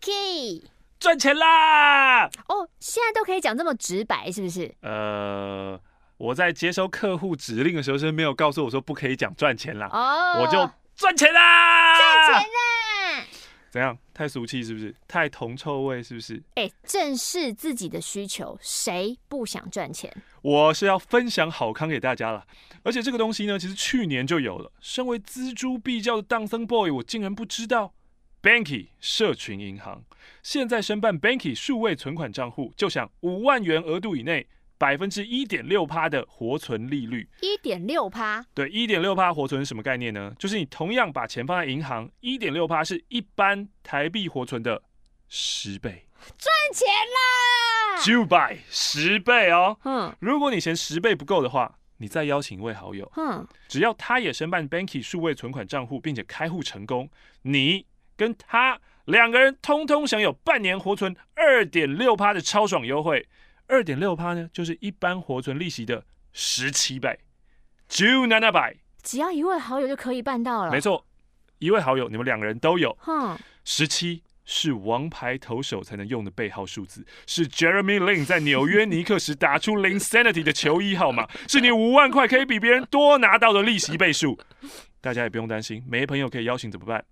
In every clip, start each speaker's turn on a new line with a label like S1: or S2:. S1: Jacky，
S2: 赚钱啦！
S1: 哦，现在都可以讲这么直白，是不是？
S2: 呃，我在接收客户指令的时候是没有告诉我说不可以讲赚钱啦，
S1: 哦，
S2: 我就赚钱啦！
S1: 赚钱啦！
S2: 怎样？太俗气是不是？太铜臭味是不是？
S1: 哎，正视自己的需求，谁不想赚钱？
S2: 我是要分享好康给大家了，而且这个东西呢，其实去年就有了。身为锱铢必较的当僧 boy，我竟然不知道，Banky 社群银行现在申办 Banky 数位存款账户，就享五万元额度以内百分之一点六趴的活存利率。
S1: 一点六趴，
S2: 对，一点六趴活存是什么概念呢？就是你同样把钱放在银行，一点六趴是一般台币活存的十倍，
S1: 赚钱啦！
S2: 九百十倍哦。
S1: 嗯
S2: 如果你嫌十倍不够的话，你再邀请一位好友，
S1: 哼，
S2: 只要他也申办 Banky 数位存款账户，并且开户成功，你跟他两个人通通享有半年活存二点六趴的超爽优惠。二点六趴呢，就是一般活存利息的十七倍，九七百。
S1: 只要一位好友就可以办到了。
S2: 没错，一位好友，你们两个人都有。
S1: 哼，
S2: 十七是王牌投手才能用的背号数字，是 Jeremy Lin 在纽约尼克时打出 Linsanity 的球衣号码，是你五万块可以比别人多拿到的利息倍数。大家也不用担心，没朋友可以邀请怎么办？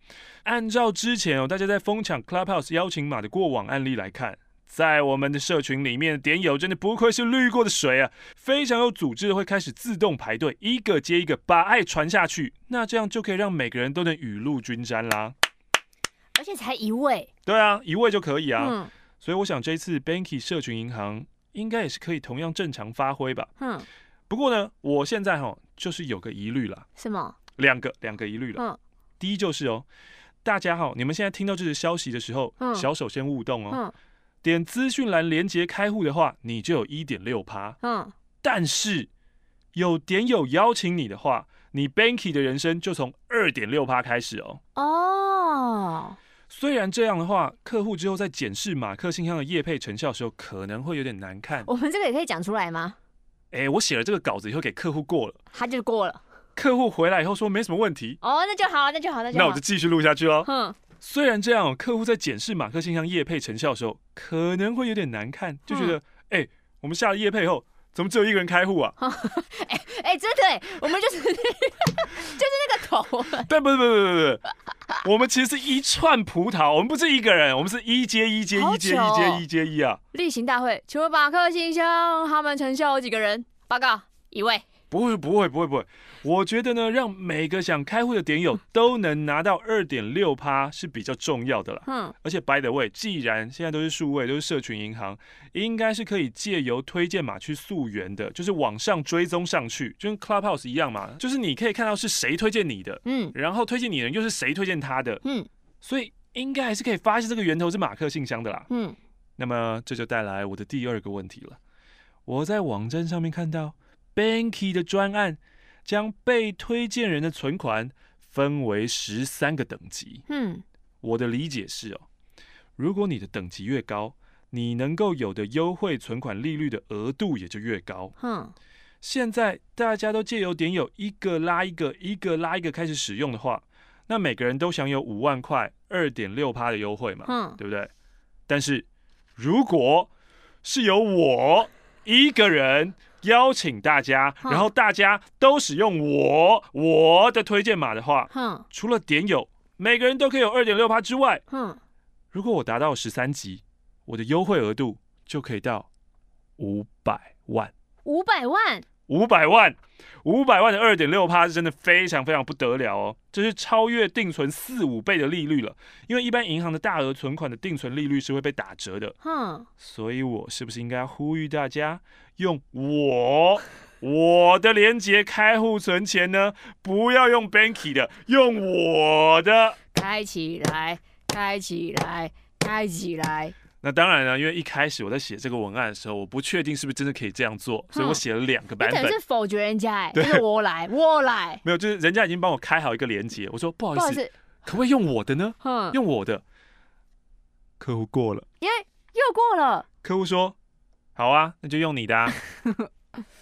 S2: 按照之前哦，大家在疯抢 Clubhouse 邀请码的过往案例来看，在我们的社群里面，点友真的不愧是滤过的水啊，非常有组织的会开始自动排队，一个接一个把爱传下去，那这样就可以让每个人都能雨露均沾啦。
S1: 而且才一位，
S2: 对啊，一位就可以啊。
S1: 嗯
S2: 所以我想这次 Banky 社群银行应该也是可以同样正常发挥吧。
S1: 哼，
S2: 不过呢，我现在哈就是有个疑虑啦，
S1: 什么？
S2: 两个两个疑虑了。
S1: 嗯
S2: 第一就是哦，大家哈，你们现在听到这个消息的时候，
S1: 嗯
S2: 小手先勿动哦。
S1: 嗯
S2: 点资讯栏连接开户的话，你就有一点六趴。
S1: 嗯，
S2: 但是有点友邀请你的话，你 Banky 的人生就从二点六趴开始哦。
S1: 哦，
S2: 虽然这样的话，客户之后在检视马克信箱的业配成效的时候，可能会有点难看。
S1: 我们这个也可以讲出来吗？
S2: 哎、我写了这个稿子以后给客户过了，
S1: 他就过了。
S2: 客户回来以后说没什么问题，
S1: 哦，那就好，那就好，那就
S2: 那
S1: 好。
S2: 我就继续录下去喽。
S1: 哼，
S2: 虽然这样，客户在检视马克信箱业配成效的时候，可能会有点难看，就觉得
S1: 嗯
S2: 哎、诶我们下了业配后，怎么只有一个人开 户啊？
S1: 哎、真的耶，我们就是就是那个头。
S2: 但不是不是不是不是，我们其实是一串葡萄，我们不是一个人，我们是一接一接一接一
S1: 好糗哦
S2: 接一接一啊！
S1: 例行大会，请问马克信箱他们成效有几个人？报告一位。
S2: 不会不会不会不会，我觉得呢，让每个想开户的点友都能拿到二点六趴是比较重要的啦。
S1: 哼，
S2: 而且 by the way，既然现在都是数位，都是社群银行，应该是可以借由推荐码去溯源的，就是往上追踪上去，就跟 Clubhouse 一样嘛，就是你可以看到是谁推荐你的，
S1: 嗯
S2: 然后推荐你的人又是谁推荐他的，
S1: 嗯
S2: 所以应该还是可以发现这个源头是马克信箱的啦。
S1: 嗯，
S2: 那么这就带来我的第二个问题了，我在网站上面看到 Banky 的专案将被推荐人的存款分为十三个等级。
S1: 嗯
S2: 我的理解是哦，如果你的等级越高，你能够有的优惠存款利率的额度也就越高。
S1: 哼，
S2: 现在大家都借由点友一个拉一个，一个拉一个开始使用的话，那每个人都享有五万块二点六趴的优惠嘛，
S1: 嗯
S2: 对不对？但是如果是由我一个人邀请大家，
S1: 嗯
S2: 然后大家都使用我我的推荐码的话，
S1: 哼
S2: 除了点友每个人都可以有二点六趴之外，
S1: 哼，
S2: 如果我达到十三级，我的优惠额度就可以到五百万。
S1: 五百万，
S2: 五百万，五百万的二点六趴是真的非常非常不得了哦，这是超越定存四五倍的利率了。因为一般银行的大额存款的定存利率是会被打折的，
S1: 哼，
S2: 所以我是不是应该呼吁大家用我我的连接开户存钱呢？不要用 Banky 的，用我的。
S1: 开起来，开起来，开起来。
S2: 那当然了，因为一开始我在写这个文案的时候，我不确定是不是真的可以这样做，所以我写了两个
S1: 你
S2: 版
S1: 嗯等
S2: 本
S1: 于。是否决人家哎、就是我来，我来，
S2: 没有，就是人家已经帮我开好一个连接，我说不好
S1: 不
S2: 意
S1: 好
S2: 思，
S1: 意思，
S2: 可不可以用我的呢？
S1: 哼，
S2: 用我的。客户过了，
S1: 又过了，
S2: 客户说好啊，那就用你的、啊，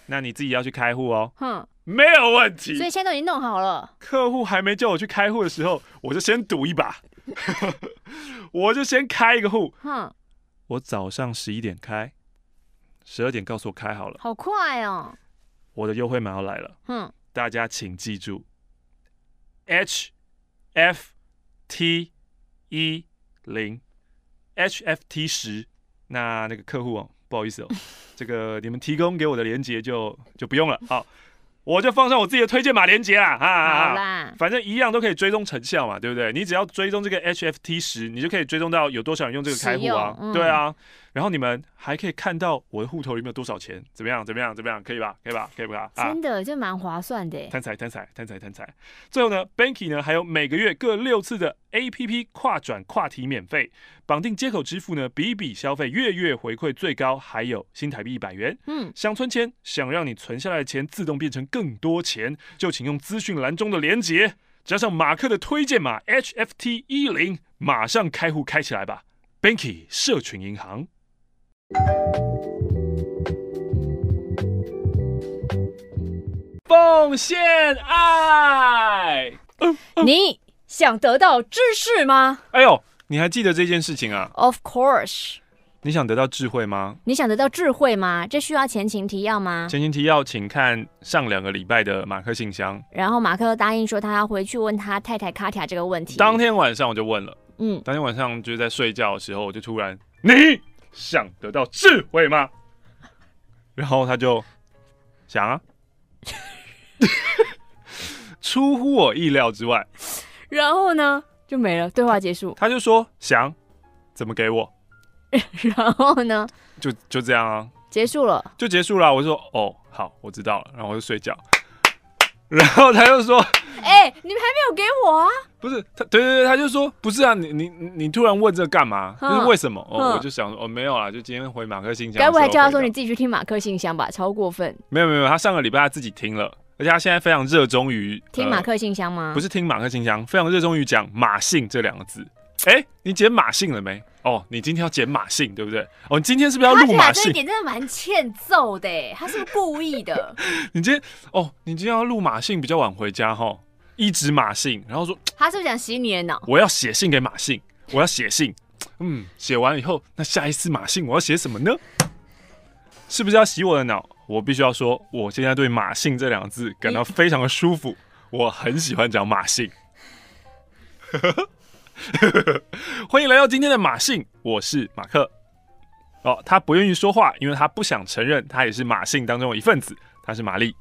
S2: 那你自己要去开户哦。
S1: 哼，
S2: 没有问
S1: 所以
S2: 题。
S1: 现在都已经弄好了。
S2: 客户还没叫我去开户的时候，我就先赌一把， 我就先开一个户。
S1: 哼，
S2: 我早上十一点开，十二点告诉我开好了，
S1: 好快哦。
S2: 我的优惠码要来了，
S1: 哼，
S2: 大家请记住，H F T 一零 H F T 十。那那个客户哦，不好意 思哦，这个你们提供给我的链接就就不用了，好，我就放上我自己的推荐码链接啦，啊啊啊
S1: 好啦，
S2: 反正一样都可以追踪成效嘛，对不对？你只要追踪这个 HFT 十，你就可以追踪到有多少人用这个开户啊
S1: 使，用嗯
S2: 对啊。然后你们还可以看到我的户头里面有多少钱，怎么样？怎么样？怎么样？可以吧？可以吧？可以吧？啊！
S1: 真的这蛮划算的耶。
S2: 贪财，贪财，贪财，贪财！最后呢，Banky 呢还有每个月各六次的 APP 跨转跨提免费，绑定接口支付呢，比比消费月月回馈最高，还有新台币一百元。
S1: 嗯，
S2: 想存钱，想让你存下来的钱自动变成更多钱，就请用资讯栏中的连结，加上马克的推荐码 HFT 一零，马上开户开起来吧。Banky 社群银行，奉献爱。嗯
S1: 你想得到知识吗
S2: 哎呦，你还记得这件事情啊？
S1: ？Of course。
S2: 你想得到智慧吗？
S1: 你想得到智慧吗？这需要前情提要吗？
S2: 前情提要，请看上两个礼拜的马克信箱。
S1: 然后马克答应说他要回去问他太太卡塔这个问题。
S2: 当天晚上我就问了。
S1: 嗯，
S2: 当天晚上就是在睡觉的时候，我就突然你想得到智慧吗？然后他就想啊， 出乎我意料之外，
S1: 然后呢就没了，对话结 束。
S2: 他就说想怎么给我，
S1: 然后呢
S2: 就就这样啊，
S1: 结束了，
S2: 就结束了啊。我就说哦，好，我知道了，然后我就睡觉。然后他就说
S1: 哎、你们还没有给我啊？
S2: 不是他，对对对，他就说不是啊，你你你你突然问这干嘛？
S1: 嗯
S2: 就是为什么？
S1: 嗯
S2: 哦，我就想说哦，没有啦，就今天回马克信箱的时
S1: 该
S2: 候
S1: 不
S2: 回答。
S1: 会还叫他说你自己去听马克信箱吧？超过分，
S2: 没有没有，没有他上个礼拜他自己听了，而且他现在非常热衷于
S1: 听
S2: 呃
S1: 马克信箱吗？
S2: 不
S1: 是，
S2: 是听马克信箱，非常热衷于讲马信这两个字。
S1: 嗯
S2: 哎、你剪马信了没？哦，你今天要剪马信对不对？哦，你今天是不是要录马
S1: 这一
S2: 信？
S1: 点真的蛮欠揍的耶，他是不是故意 的？
S2: 你今天哦，你今天要录马信，比较晚回家哈，一直马信，然后说
S1: 他是不是想洗你的脑？
S2: 我要写信给马信，我要写信。嗯，写完以后，那下一次马信我要写什么呢？是不是要洗我的脑？我必须要说，我现在对“马信”这两个字感到非常的舒服，我很喜欢讲马信。 欢迎来到今天的马信，我是马克。哦，他不愿意说话，因为他不想承认他也是马信当中的一份子，他是玛丽。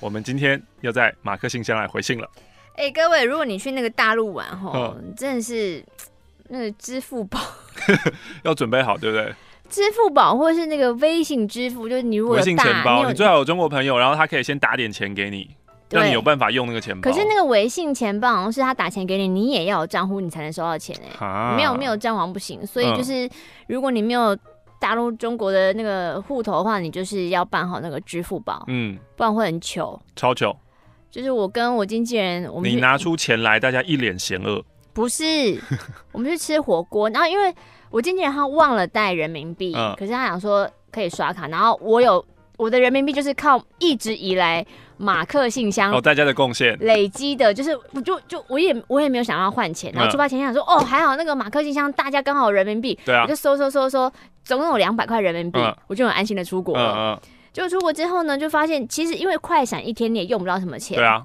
S2: 我们今天要在马克信箱来回信了。
S1: 哎、各位，如果你去那个大陆玩吼，
S2: 嗯
S1: 真的是那个支付宝。
S2: 要准备好，对不对？
S1: 支付宝或是那个微信支付，就是你如果
S2: 微
S1: 有
S2: 信
S1: 大
S2: 钱包，
S1: 有
S2: 你最好有中国朋友，然后他可以先打点钱给你，让
S1: 对
S2: 你有办法用那个钱包。
S1: 可是那个微信钱包好像是他打钱给你，你也要有账户你才能收到钱哎、
S2: 啊
S1: 没有没有账户好像不行，所以
S2: 嗯
S1: 就是如果你没有大陆中国的那个户头的话，你就是要办好那个支付宝，
S2: 嗯，
S1: 不然会很糗。
S2: 超糗！
S1: 就是我跟我经纪人，我们
S2: 你
S1: 去
S2: 拿出钱来，大家一脸嫌恶。
S1: 不是 我们去吃火锅，然后因为我经纪人他忘了带人民币，
S2: 嗯
S1: 可是他想说可以刷卡，然后我有我的人民币就是靠一直以来马克信箱
S2: 哦，大家的贡献，
S1: 累积的，就是我就就我也我也没有想要换钱，然后
S2: 嗯
S1: 出发前想说，哦，还好那个马克信箱大家刚好有人民币，
S2: 对啊
S1: 我就，搜搜搜搜，总共有两百块人民币
S2: 嗯，
S1: 我就很安心的出国
S2: 嗯
S1: 了。
S2: 嗯，
S1: 结果出国之后呢，就发现其实因为快闪一天你也用不到什么钱
S2: 对，啊，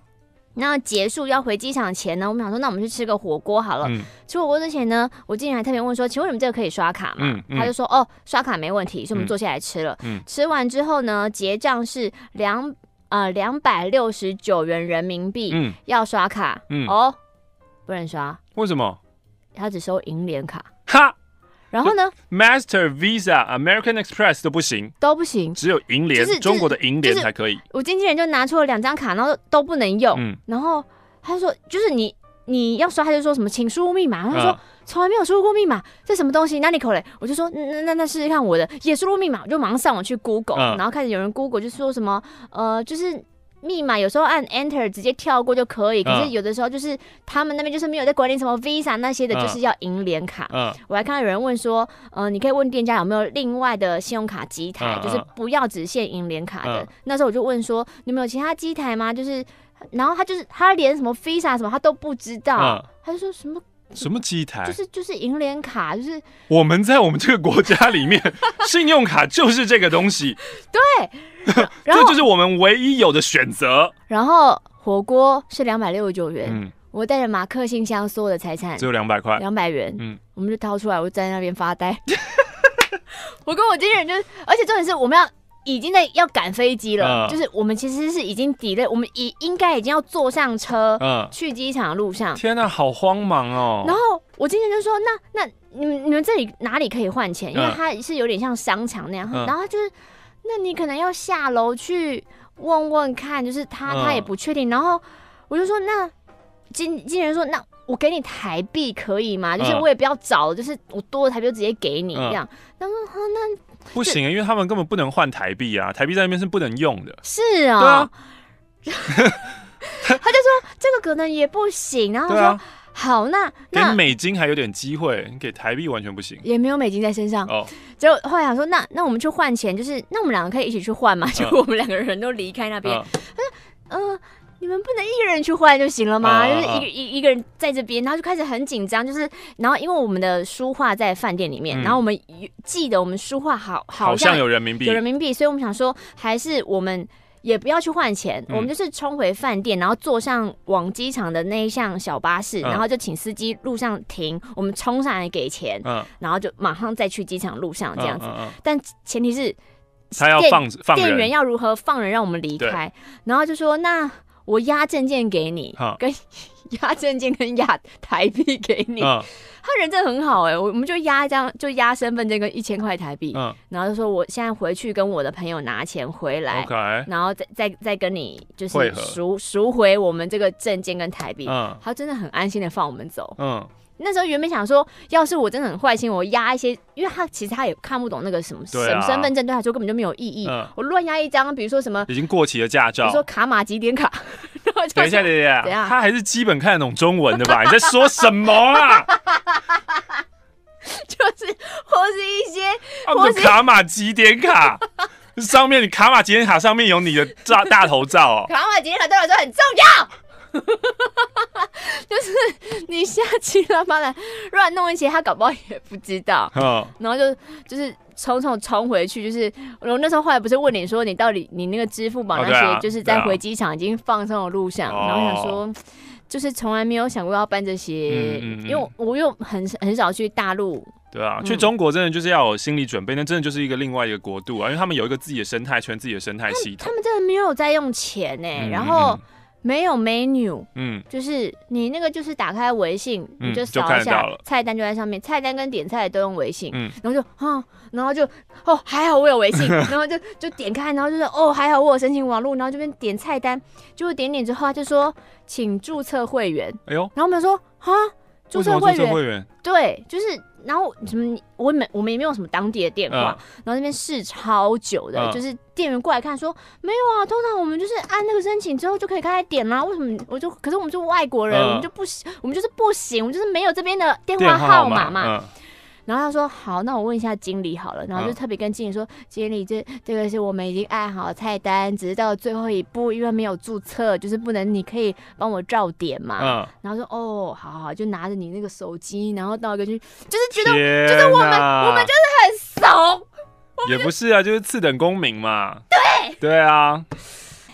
S1: 那结束要回机场前呢，我们想说，那我们去吃个火锅好了。
S2: 嗯
S1: 吃火锅之前呢，我竟然还特别问说，请问你们这个可以刷卡吗？
S2: 嗯嗯
S1: 他就说哦，刷卡没问题，所以我们
S2: 嗯
S1: 坐下来吃了。
S2: 嗯
S1: 吃完之后呢，结账是两呃两百六十九元人民币，
S2: 嗯
S1: 要刷卡、
S2: 嗯，
S1: 哦，不能刷，
S2: 为什么？
S1: 他只收银联卡。
S2: 哈
S1: 然后呢，
S2: ，Master、Visa、American Express 都不行，
S1: 都不行。
S2: 只有银
S1: 就是
S2: 联
S1: 就是，
S2: 中国的银联
S1: 就是
S2: 才可以。
S1: 我经纪人就拿出了两张卡，然后都不能用。
S2: 嗯，
S1: 然后他就说，就是你你要刷，他就说什么请输入密码，然后他说。
S2: 嗯
S1: 从来没有输入过密码，这什么东西？哪里口嘞？我就说嗯那那那试试看我的，也输入密码，我就马上上网去 Google，、
S2: 嗯
S1: 然后开始有人 Google 就说什么呃，就是密码有时候按 Enter 直接跳过就可以，可是
S2: 嗯
S1: 有的时候就是他们那边就是没有在管理什么 Visa 那些的，
S2: 嗯
S1: 就是要银联卡。
S2: 嗯
S1: 我还看到有人问说，呃，你可以问店家有没有另外的信用卡机台，
S2: 嗯
S1: 就是
S2: 嗯
S1: 不要只限银联卡的。
S2: 嗯
S1: 那时候我就问说，你们有其他机台吗？就是，然后他就是他连什么 Visa 什么他都不知道，
S2: 嗯，
S1: 他就说什么
S3: 什么机
S2: 哎
S3: 台？
S1: 啊就是就是银联卡，就是
S3: 我们在我们这个国家里 面，信用卡就是这个东西，
S1: 然
S3: 这
S1: 后
S3: 就是我们唯一有的选择。
S1: 然后火锅是两百六十九元，
S3: 嗯，
S1: 我带着马克信箱所有的财产
S3: 只有两百块。
S1: 两百元，
S3: 嗯
S1: 我们就掏出来，我就在那边发呆。 我跟我经纪人就是，而且重点是我们要已经在要赶飞机了，
S2: 嗯
S1: 就是我们其实是已经抵 e 我们已应该已经要坐上车、
S2: 嗯，
S1: 去机场的路上。
S3: 天哪、好慌忙哦。
S1: 然后我经纪人就说：“那那你们你们这里哪里可以换钱？因为
S2: 嗯
S1: 它是有点像商场那样。
S2: 嗯
S1: 然后他就是，那你可能要下楼去问问看，就是他、他也
S2: 嗯
S1: 不确定。然后我就说：那经经纪人说：那我给你台币可以吗？就是
S2: 嗯
S1: 我也不要找了，就是我多的台币就直接给你
S2: 嗯
S1: 这样。他说：啊，那
S3: 不行，因为他们根本不能换台币啊，台币在那边是不能用的。
S1: 是哦。
S3: 对啊
S1: 他就说这个可能也不行。然后我
S3: 对
S1: 说：
S3: 啊，
S1: 好，那
S3: 给
S1: 那
S3: 美金还有点机会，给台币完全不行。
S1: 也没有美金在身上。
S3: 哦，
S1: 结果后来想说，那那我们去换钱，就是那我们两个可以一起去换嘛？就我们两个人都离开那边，
S2: 嗯
S1: 嗯、你们不能一个人去换就行了吗？
S2: 嗯
S1: 就
S2: 嗯
S1: 是一
S2: 嗯
S1: 个一一个人在这边，然后就开始很紧张，就是然后因为我们的书画在饭店里面，
S2: 嗯
S1: 然后我们有记得我们书画好
S3: 好
S1: 好
S3: 像
S1: 像
S3: 有人民币
S1: 有。人民币，所以我们想说还是我们。也不要去换钱，
S2: 嗯
S1: 我们就是冲回饭店，然后坐上往机场的那一项小巴士，
S2: 嗯
S1: 然后就请司机路上停，我们冲上来给钱，
S2: 嗯，
S1: 然后就马上再去机场路上哦这样子。
S2: 嗯，嗯嗯
S1: 但前提是
S2: 他要
S1: 店
S2: 放放
S1: 店员
S2: 人，
S1: 要如何放人让我们离开，然后就说那我押证件给你
S2: 好，
S1: 跟 押证件跟押台币给你。
S2: 嗯
S1: 他人真的很好哎、我我们就押一张就押身份证跟一千块台币，
S2: 嗯
S1: 然后就说我现在回去跟我的朋友拿钱回来。
S2: ，OK，
S1: 然后再再再跟你就
S2: 汇
S1: 是
S2: 合
S1: 赎赎回我们这个证件跟台币，
S2: 嗯
S1: 他真的很安心的放我们走。
S2: 嗯
S1: 那时候原本想说，要是我真的很坏心，我压一些，因为他其实他也看不懂那个什么、
S2: 对啊
S1: 什么身份证，对他来说根本就没有意义。
S2: 嗯
S1: 我乱压一张，比如说什么，
S2: 已经过期的驾
S1: 比如
S2: 照。
S1: 说卡玛几点卡，然后就
S2: 等一下，等一下，
S1: 怎样
S2: 他还是基本看得懂中文的吧？你在 说什么 啊？
S1: 就是或是一些
S2: 他
S1: 我
S2: 们
S1: 是
S2: 卡玛几点卡，上面卡玛几点卡上面有你的大大头照哦。
S1: 卡玛几点卡对我来说很重要。 就是你瞎七乱八的乱弄一些，他搞不好也不知道，
S2: 嗯
S1: 然后就就是冲冲冲回去，就是我那时候后来不是问你说你到底你那个支付宝
S2: 哦
S1: 那
S2: 对啊
S1: 些，就是
S2: 对
S1: 在
S2: 啊
S1: 回机场已经放送的路上，
S2: 哦
S1: 然后想说。就是从来没有想过要办这些，
S2: 嗯嗯嗯
S1: 因为我又很很少去大陆，
S2: 对啊，
S1: 嗯
S2: 去中国真的就是要有心理准备，那真的就是一个另外一个国度啊，因为他们有一个自己的生态圈、自己的生态系
S1: 他
S2: 统。
S1: 们真的没有在用钱呢、欸
S2: 嗯
S1: 然后没有 menu，
S2: 嗯，
S1: 就是你那个就是打开微信，你
S2: 嗯
S1: 就
S2: 就
S1: 扫
S2: 看
S1: 一
S2: 得
S1: 下
S2: 到了
S1: 菜单就在上面，菜单跟点菜都用微信，
S2: 嗯
S1: 然后就啊，然后就哦还好我有微信，然后就就点开，然后就是哦还好我有申请网络，然后这边点菜单，结果点点之后他就说请注册会员，
S2: 哎呦，
S1: 然后我们说啊注
S2: 为什
S1: 册
S2: 么
S1: 会
S2: 注册
S1: 员
S2: 会员？
S1: 对，就是然后什么你我们我们也没有什么当地的电话，
S2: 啊
S1: 然后那边试超久的，
S2: 嗯
S1: 就是店员过来看说没有啊，通常我们就是按那个申请之后就可以开始点啦、为什么我就可是我们就外国人，
S2: 嗯
S1: 我们就不行，我们就是不行，我们就是没有这边的电
S2: 嗯
S1: 话
S2: 电话
S1: 号
S2: 号
S1: 码
S2: 码
S1: 嘛。
S2: 嗯
S1: 然后他说好，那我问一下经理好了，然后就
S2: 嗯
S1: 特别跟经理说，经理这这个是我们已经按好菜单，只是到最后一步，因为没有注册，就是不能，你可以帮我照点嘛。
S2: 嗯，
S1: 然后说哦，好好好，就拿着你那个手机，然后到一个去，就是觉得
S2: 就是我们我们就是
S1: 怂。
S2: 也不是啊，就是次等公民嘛。对对啊，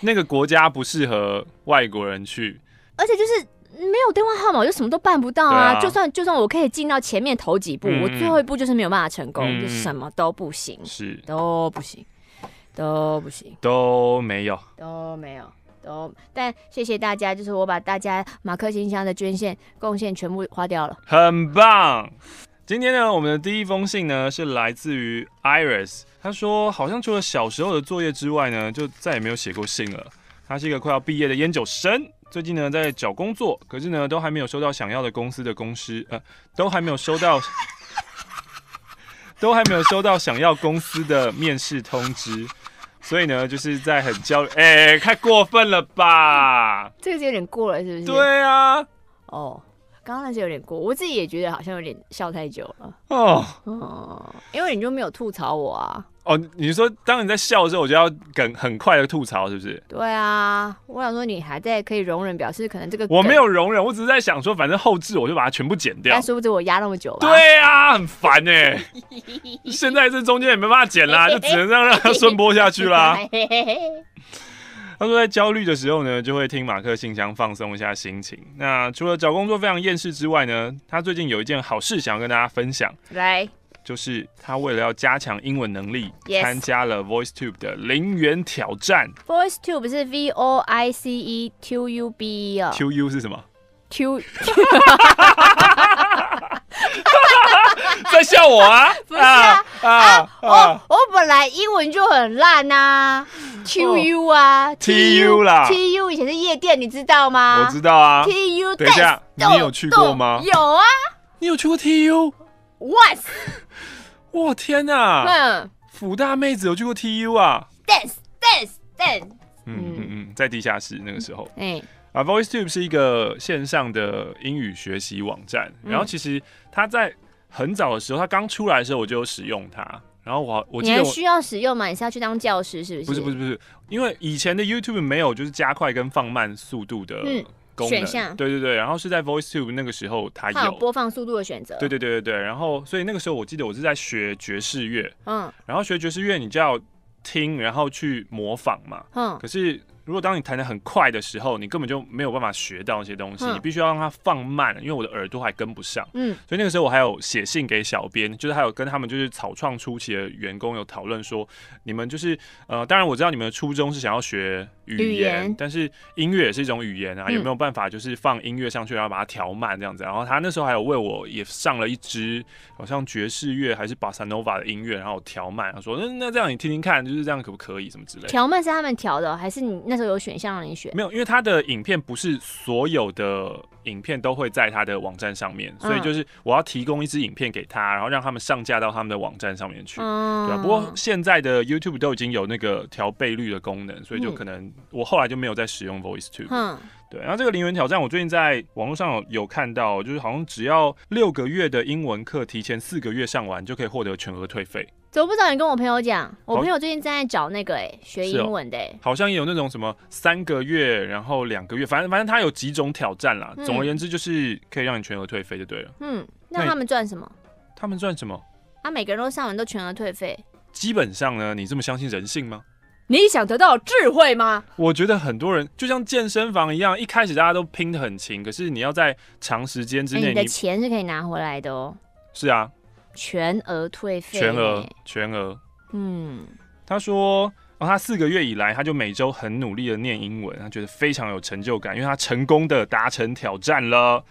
S2: 那个国家不适合外国人去。
S1: 而且就是没有电话号码，我就什么都办不到啊！
S2: 对啊
S1: 就算就算我可以进到前面头几步，
S2: 嗯
S1: 我最后一步就是没有办法成功，
S2: 嗯
S1: 就什么都不行，
S2: 是
S1: 都不行，都不行，
S2: 都没有，
S1: 都没有。都，但谢谢大家，就是我把大家马克信箱的捐献贡献全部花掉了。
S2: 很棒。今天呢，我们的第一封信呢是来自于 Iris，她说好像除了小时候的作业之外呢，就再也没有写过信了。她是一个快要毕业的烟酒生，最近呢在找工作，可是呢都还没有收到想要的公司的公司，呃，都还没有收到， 都还没有收到想要公司的面试通知。所以呢，就是在很焦虑，哎、太过分了吧？
S1: 这个是有点过了，是不是？，
S2: 对啊，
S1: 哦，刚刚那是有点过，我自己也觉得好像有点笑太久了，
S2: 哦
S1: 嗯，因为你就没有吐槽我啊，
S2: 哦，你说当你在笑的时候，我就要梗很快的吐槽，是不是？
S1: 对啊，我想说你还在可以容忍，表示可能这个
S2: 我
S1: 梗
S2: 没，有容忍，我只是在想说，反正后置我就把它全部剪掉
S1: 但。殊不知我压那么久吧，
S2: 对啊，很烦哎、 现在这中间也没办法剪啦，就只能 让它顺播下去啦。
S1: 嘿嘿嘿
S2: 他说，在焦虑的时候呢，就会听马克信箱放松一下心情。那除了找工作非常厌世之外呢，他最近有一件好事想要跟大家分享，
S1: 来，
S2: 就是他为了要加强英文能力，
S1: Yes
S2: 参加了 VoiceTube 的零元挑战。
S1: Voice Tube 是 V O I C E Q U B E 哦
S2: QU 是什么？
S1: ，Q
S2: 在笑我啊？
S1: 不是啊
S2: 啊哦
S1: 我！我本来英文就很烂呐，Q U 啊
S2: TU 哦啦
S1: ，T U 以前是夜店，你知道吗？
S2: 我知道啊，
S1: T U。
S2: 等一下你有去过吗
S1: 有啊
S2: 你有去过 TU？
S1: ，Once，
S2: 哇天哪，
S1: 嗯
S2: 福大妹子有去过 TU 啊？
S1: ，Dance Dance Dance，
S2: 嗯嗯嗯，在地下室那个时候
S1: 哎，
S2: 啊，VoiceTube 是一个线上的英语学习网站，
S1: 嗯
S2: 然后其实它在很早的时候，它刚出来的时候我就有使用它，然后我我
S1: 哎你
S2: 记得
S1: 还
S2: 我
S1: 需要使用吗？你是要去当教师是不是？
S2: 不是不是不是，因为以前的 YouTube 没有就是加快跟放慢速度的
S1: 嗯
S2: 功能，
S1: 选项
S2: 对对对，然后是在 VoiceTube 那个时候它
S1: 它有
S2: 有，
S1: 播放速度的选择。
S2: 对对对对对，然后所以那个时候我记得我是在学爵士乐，
S1: 嗯
S2: 然后学爵士乐你就要听，然后去模仿嘛。
S1: 嗯
S2: 可是如果当你弹得很快的时候，你根本就没有办法学到那些东西，
S1: 嗯
S2: 你必须要让它放慢，因为我的耳朵还跟不上。
S1: 嗯
S2: 所以那个时候我还有写信给小编，就是还有跟他们就是草创初期的员工有讨论说，你们就是呃，当然我知道你们的初衷是想要学语言，
S1: 语言
S2: 但是音乐也是一种语言啊，
S1: 嗯
S2: 有没有办法就是放音乐上去，然后把它调慢这样子？然后他那时候还有为我也上了一支好像爵士乐还是 bossa nova 的音乐，然后调慢，他说那嗯那这样你听听看，就是这样可不可以什么之类的。
S1: 调慢是他们调的，还是你那时候有选项让你选？
S2: 没有，因为他的影片不是所有的影片都会在他的网站上面，所以
S1: 嗯
S2: 就是我要提供一支影片给他，然后让他们上架到他们的网站上面去。对、啊，
S1: 嗯
S2: 不过现在的 YouTube 都已经有那个调倍率的功能，所以就
S1: 嗯
S2: 可能我后来就没有再使用 VoiceTube。
S1: 哼，
S2: 对，然后这个零元挑战，我最近在网络上有有看到，就是好像只要六个月的英文课提前四个月上完，就可以获得全额退费。
S1: 怎么不早点跟我朋友讲？我
S2: 好
S1: 朋友最近正在找那个哎、学
S2: 是哦
S1: 英文的哎、
S2: 好像也有那种什么三个月，然后两个月，反正反正它有几种挑战啦。
S1: 嗯
S2: 总而言之，就是可以让你全额退费就对了。
S1: 嗯，
S2: 那
S1: 那
S2: 你
S1: 他们赚什么？
S2: 他们赚什么？
S1: 他、每个人都上完都全额退费。
S2: 基本上呢，你这么相信人性吗？
S1: 你想得到智慧吗？
S2: 我觉得很多人就像健身房一样，一开始大家都拼得很勤，可是你要在长时间之
S1: 哎
S2: 内，
S1: 你的
S2: 你
S1: 钱是可以拿回来的哦，
S2: 是啊，
S1: 全额退费。
S2: 全额，全额。
S1: 嗯，
S2: 他说，哦，他四个月以来，他就每周很努力的念英文，他觉得非常有成就感，因为他成功的达成挑战了。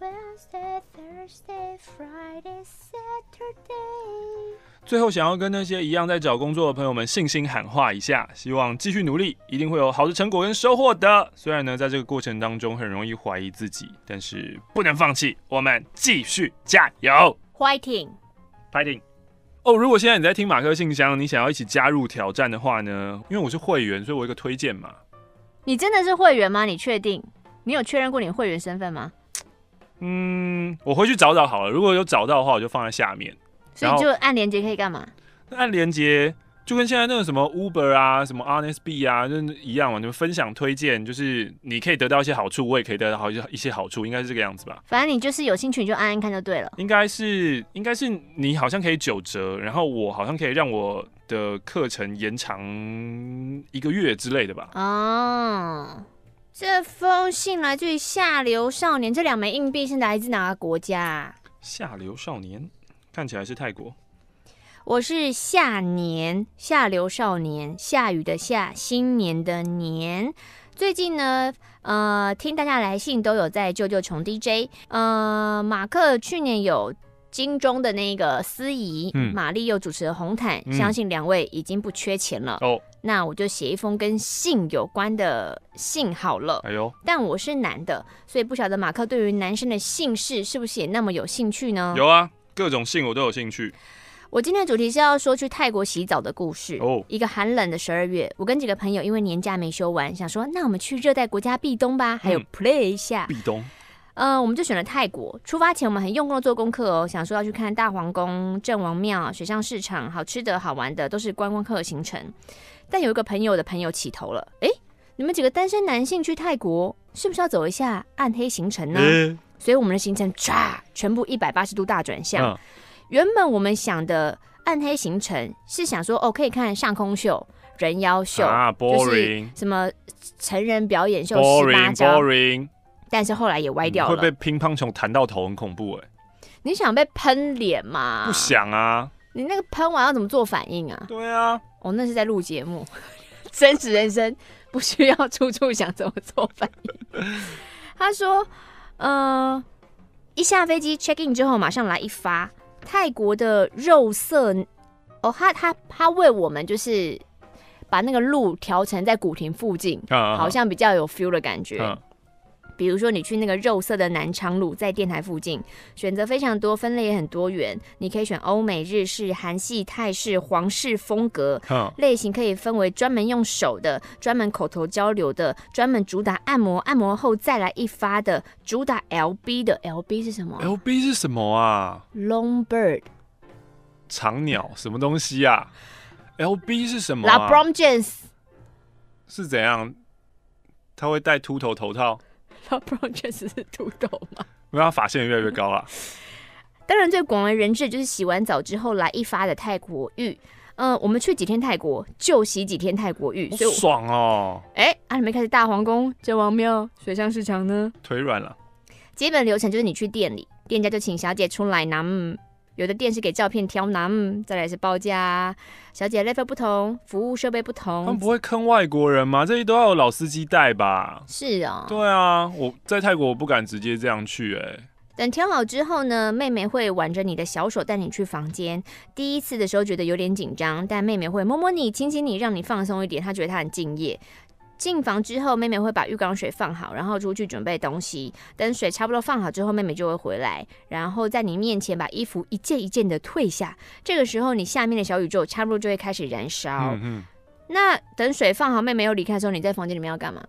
S4: Monday, Tuesday, Wednesday, Thursday, Friday, Saturday.
S2: 最后，想要跟那些一样在找工作的朋友们信心喊话一下，希望继续努力，一定会有好的成果跟收获的。虽然呢，在这个过程当中很容易怀疑自己，但是不能放弃，我们继续加油
S1: ，fighting，
S2: ，fighting！哦，如果现在你在听马克信箱，你想要一起加入挑战的话呢，因为我是会员，所以我有一个推荐嘛。
S1: 你真的是会员吗？你确定？你有确认过你会员身份吗？
S2: 嗯，我回去找找好了，如果有找到的话，我就放在下面。
S1: 所
S2: 然
S1: 以
S2: 后
S1: 就按连接可以干嘛？
S2: 那按连接就跟现在那个什么 Uber 啊、什么 Honest Bee 啊，就是一样嘛。你们分享推荐，就是你可以得到一些好处，我也可以得到好一些好处，应该是这个样子吧？
S1: 反正你就是有兴趣你就按按看就对了。
S2: 应该是，应该是你好像可以九折，然后我好像可以让我的课程延长一个月之类的吧？
S1: 哦，这封信来自于下流少年，这两枚硬币是来自哪个国家、啊？
S2: 下流少年看起来是泰国，
S1: 我是夏年下流少年，下雨的下，新年的年。最近呢，呃，听大家来信都有在救救穷 DJ，呃，马克去年有。金钟的那个司仪，
S2: 嗯
S1: 玛丽又主持了红毯，
S2: 嗯
S1: 相信两位已经不缺钱了。
S2: 哦，
S1: 那我就写一封跟性有关的信好了。
S2: 哎呦，
S1: 但我是男的，所以不晓得马克
S2: 嗯
S1: 对于男生的姓氏是不是也那么有兴趣呢？
S2: 有啊，各种性我都有兴趣，
S1: 我今天的主题是要说去泰国洗澡的故事。
S3: 哦
S1: 一个寒冷的十二月，我跟几个朋友因为年假没休完，想说那我们去热带国家避冬吧，还有
S3: 嗯
S1: play 一下。
S3: 壁咚，
S1: 呃，我们就选了泰国。出发前我们很用功的做功课哦，想说要去看大皇宫、郑王庙、水上市场，好吃的好玩的都是观光客的行程。但有一个朋友的朋友起头了，诶，你们几个单身男性去泰国，是不是要走一下暗黑行程呢？
S2: 嗯
S3: 呃
S1: 所以我们的行程唰全部一百八十度大转向。
S2: 啊
S3: 嗯
S1: 原本我们想的暗黑行程是想说，哦，可以看上空秀、人妖秀、
S2: 啊
S1: 就是
S2: ，boring，boring，boring，
S1: 什么成人表演秀十八招，但是后来也歪掉
S2: 嗯会
S1: 了。
S2: 被乒乓球弹到头，很恐怖哎、
S1: 你想被喷脸吗？
S2: 不想啊，
S1: 你那个喷完要怎么做反应啊？
S2: 对啊，
S1: 我、那是在录节目， 真实人生不需要处处想怎么做反应。他说，呃，一下飞机 check in 之后，马上来一发泰国的肉色，哦，他他他为我们就是把那个路调成在古亭附近，
S2: 啊
S1: 好像比较有 feel 的感觉。
S2: 嗯
S1: 比如说，你去那个肉色的南昌路，在电台附近，选择非常多，分类也很多元。你可以选欧美、日式、韩系、泰式、皇室风格
S2: 嗯
S1: 类型，可以分为专门用手的、专门口头交流的、专门主打按摩、按摩后再来一发的、主打 LB 的。LB 是什么
S2: ，LB 是什么啊？
S1: ？Long Bird、
S2: 长鸟什么东西啊？LB 是什么、
S1: La
S2: 啊？
S1: Brom James、
S2: 是怎样？他会戴秃头头套，
S1: La Brom James 是秃头吗？
S2: 因为他发线越来越高了。
S1: 当然，最广为人知就是洗完澡之后来一发的泰国浴。嗯、我们去几天泰国，就洗几天泰国浴，
S2: 好
S1: 所以我
S2: 爽哦，
S1: 哎，啊，你们开始大皇宫、郑王庙、水上市场呢？
S2: 腿软了。
S1: 基本流程就是你去店里，店家就请小姐出来拿嗯，有的店是给照片挑拿嗯，再来是报价，小姐 level 不同，服务设备不
S2: 他们
S1: 同，
S2: 不会坑外国人吗？这些都要有老司机带吧？
S1: 是哦。
S2: 对啊，我在泰国我不敢直接这样去、哎，
S1: 等挑好之后呢，妹妹会挽着你的小手带你去房间。第一次的时候觉得有点紧张，但妹妹会摸摸你、亲亲你，让你放松一点。她觉得她很敬业。进房之后，妹妹会把浴缸水放好，然后出去准备东西。等水差不多放好之后，妹妹就会回来，然后在你面前把衣服一件一件的退下。这个时候，你下面的小宇宙差不多就会开始燃烧。
S2: 嗯
S1: 那等水放好，妹妹又离开的时候，你在房间里面要干嘛？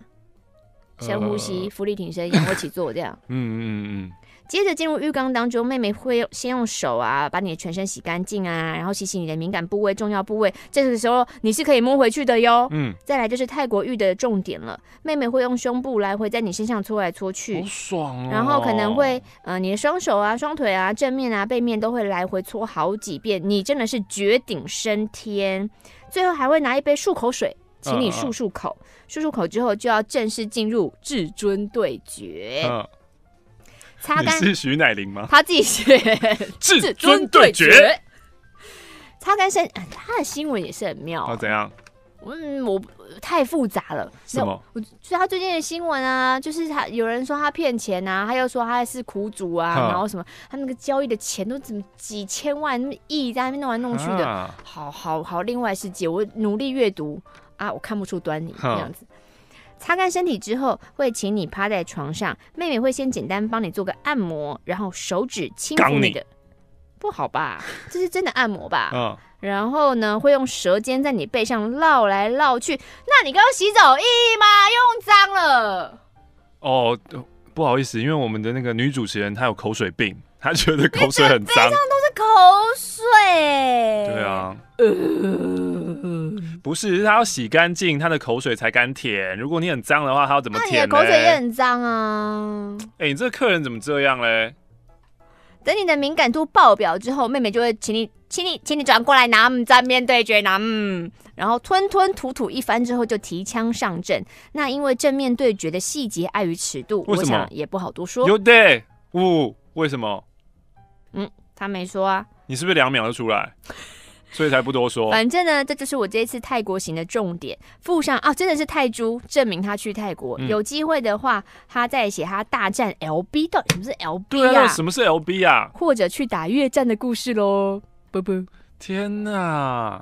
S1: 深呼 吸、
S2: 呃
S1: 伏地挺身、仰卧起坐这样。
S2: 嗯嗯嗯
S1: 接着进入浴缸当中，妹妹会用先用手啊把你的全身洗干净啊，然后洗洗你的敏感部位、重要部位。这个时候你是可以摸回去的哟。
S2: 嗯
S1: 再来就是泰国浴的重点了，妹妹会用胸部来回在你身上搓来搓
S2: 嗯，
S1: 去
S2: 好。爽哦。哦
S1: 然后可能会，呃，你的双手啊、双腿啊、正面啊、背面都会来回搓好几遍，你真的是绝顶升天。最后还会拿一杯漱口水，请你
S2: 嗯嗯
S1: 漱漱口，漱漱口之后就要正式进入至尊对决，
S2: 嗯，
S1: 擦
S2: 你
S1: 干
S2: 是徐乃麟吗？
S1: 他自己写。至尊对决。擦干身，啊他的新闻也是很妙
S2: 哦，
S1: 啊。
S2: 怎样？
S1: 嗯，我太复杂了。
S2: 什么？
S1: 我所以他最近的新闻啊，就是他有人说他骗钱啊，他又说他是苦主啊，
S2: 嗯
S1: 然后什么，他那个交易的钱都怎么几千万亿在那边弄来弄去的，
S2: 啊
S1: 好好好，另外世界，我努力阅读啊，我看不出端倪
S2: 哼
S1: 那样子。擦干身体之后，会请你趴在床上，妹妹会先简单帮你做个按摩，然后手指轻抚
S2: 刚
S1: 你
S2: 你
S1: 的，不好吧？这是真的按摩吧？
S2: 嗯，
S1: 然后呢，会用舌尖在你背上绕来绕去。那你刚刚洗澡有意哎义吗？用脏了。
S2: 哦，呃不好意思，因为我们的那个女主持人她有口水病，她觉得口水很脏。
S1: 是口水。
S2: 对。啊， 不是，是她要洗干净，她的口水才敢舔。如果你很脏的话，她要怎么
S1: 那你的
S2: 舔呢？
S1: 口水也很脏啊！
S2: 哎、你这个客人怎么这样嘞？
S1: 等你的敏感度爆表之后，妹妹就会请你，请你，请你转过来拿嗯，正面对决拿嗯，然后吞吞吐吐一番之后就提枪上阵。那因为正面对决的细节碍于尺度，我
S2: 为什么
S1: 想也不好多说。
S2: 有的，呜，为什么？
S1: 他没说啊，
S2: 你是不是两秒就出来？所以才不多说。
S1: 反正呢，这就是我这一次泰国行的重点。附上啊，真的是泰铢，证明他去泰国。
S2: 嗯
S1: 有机会的话，他再写他大战 LB，到底什么是 LB
S2: 对啊，
S1: 啊
S2: 那什么是 LB 啊？
S1: 或者去打越战的故事喽。不不，
S2: 天哪！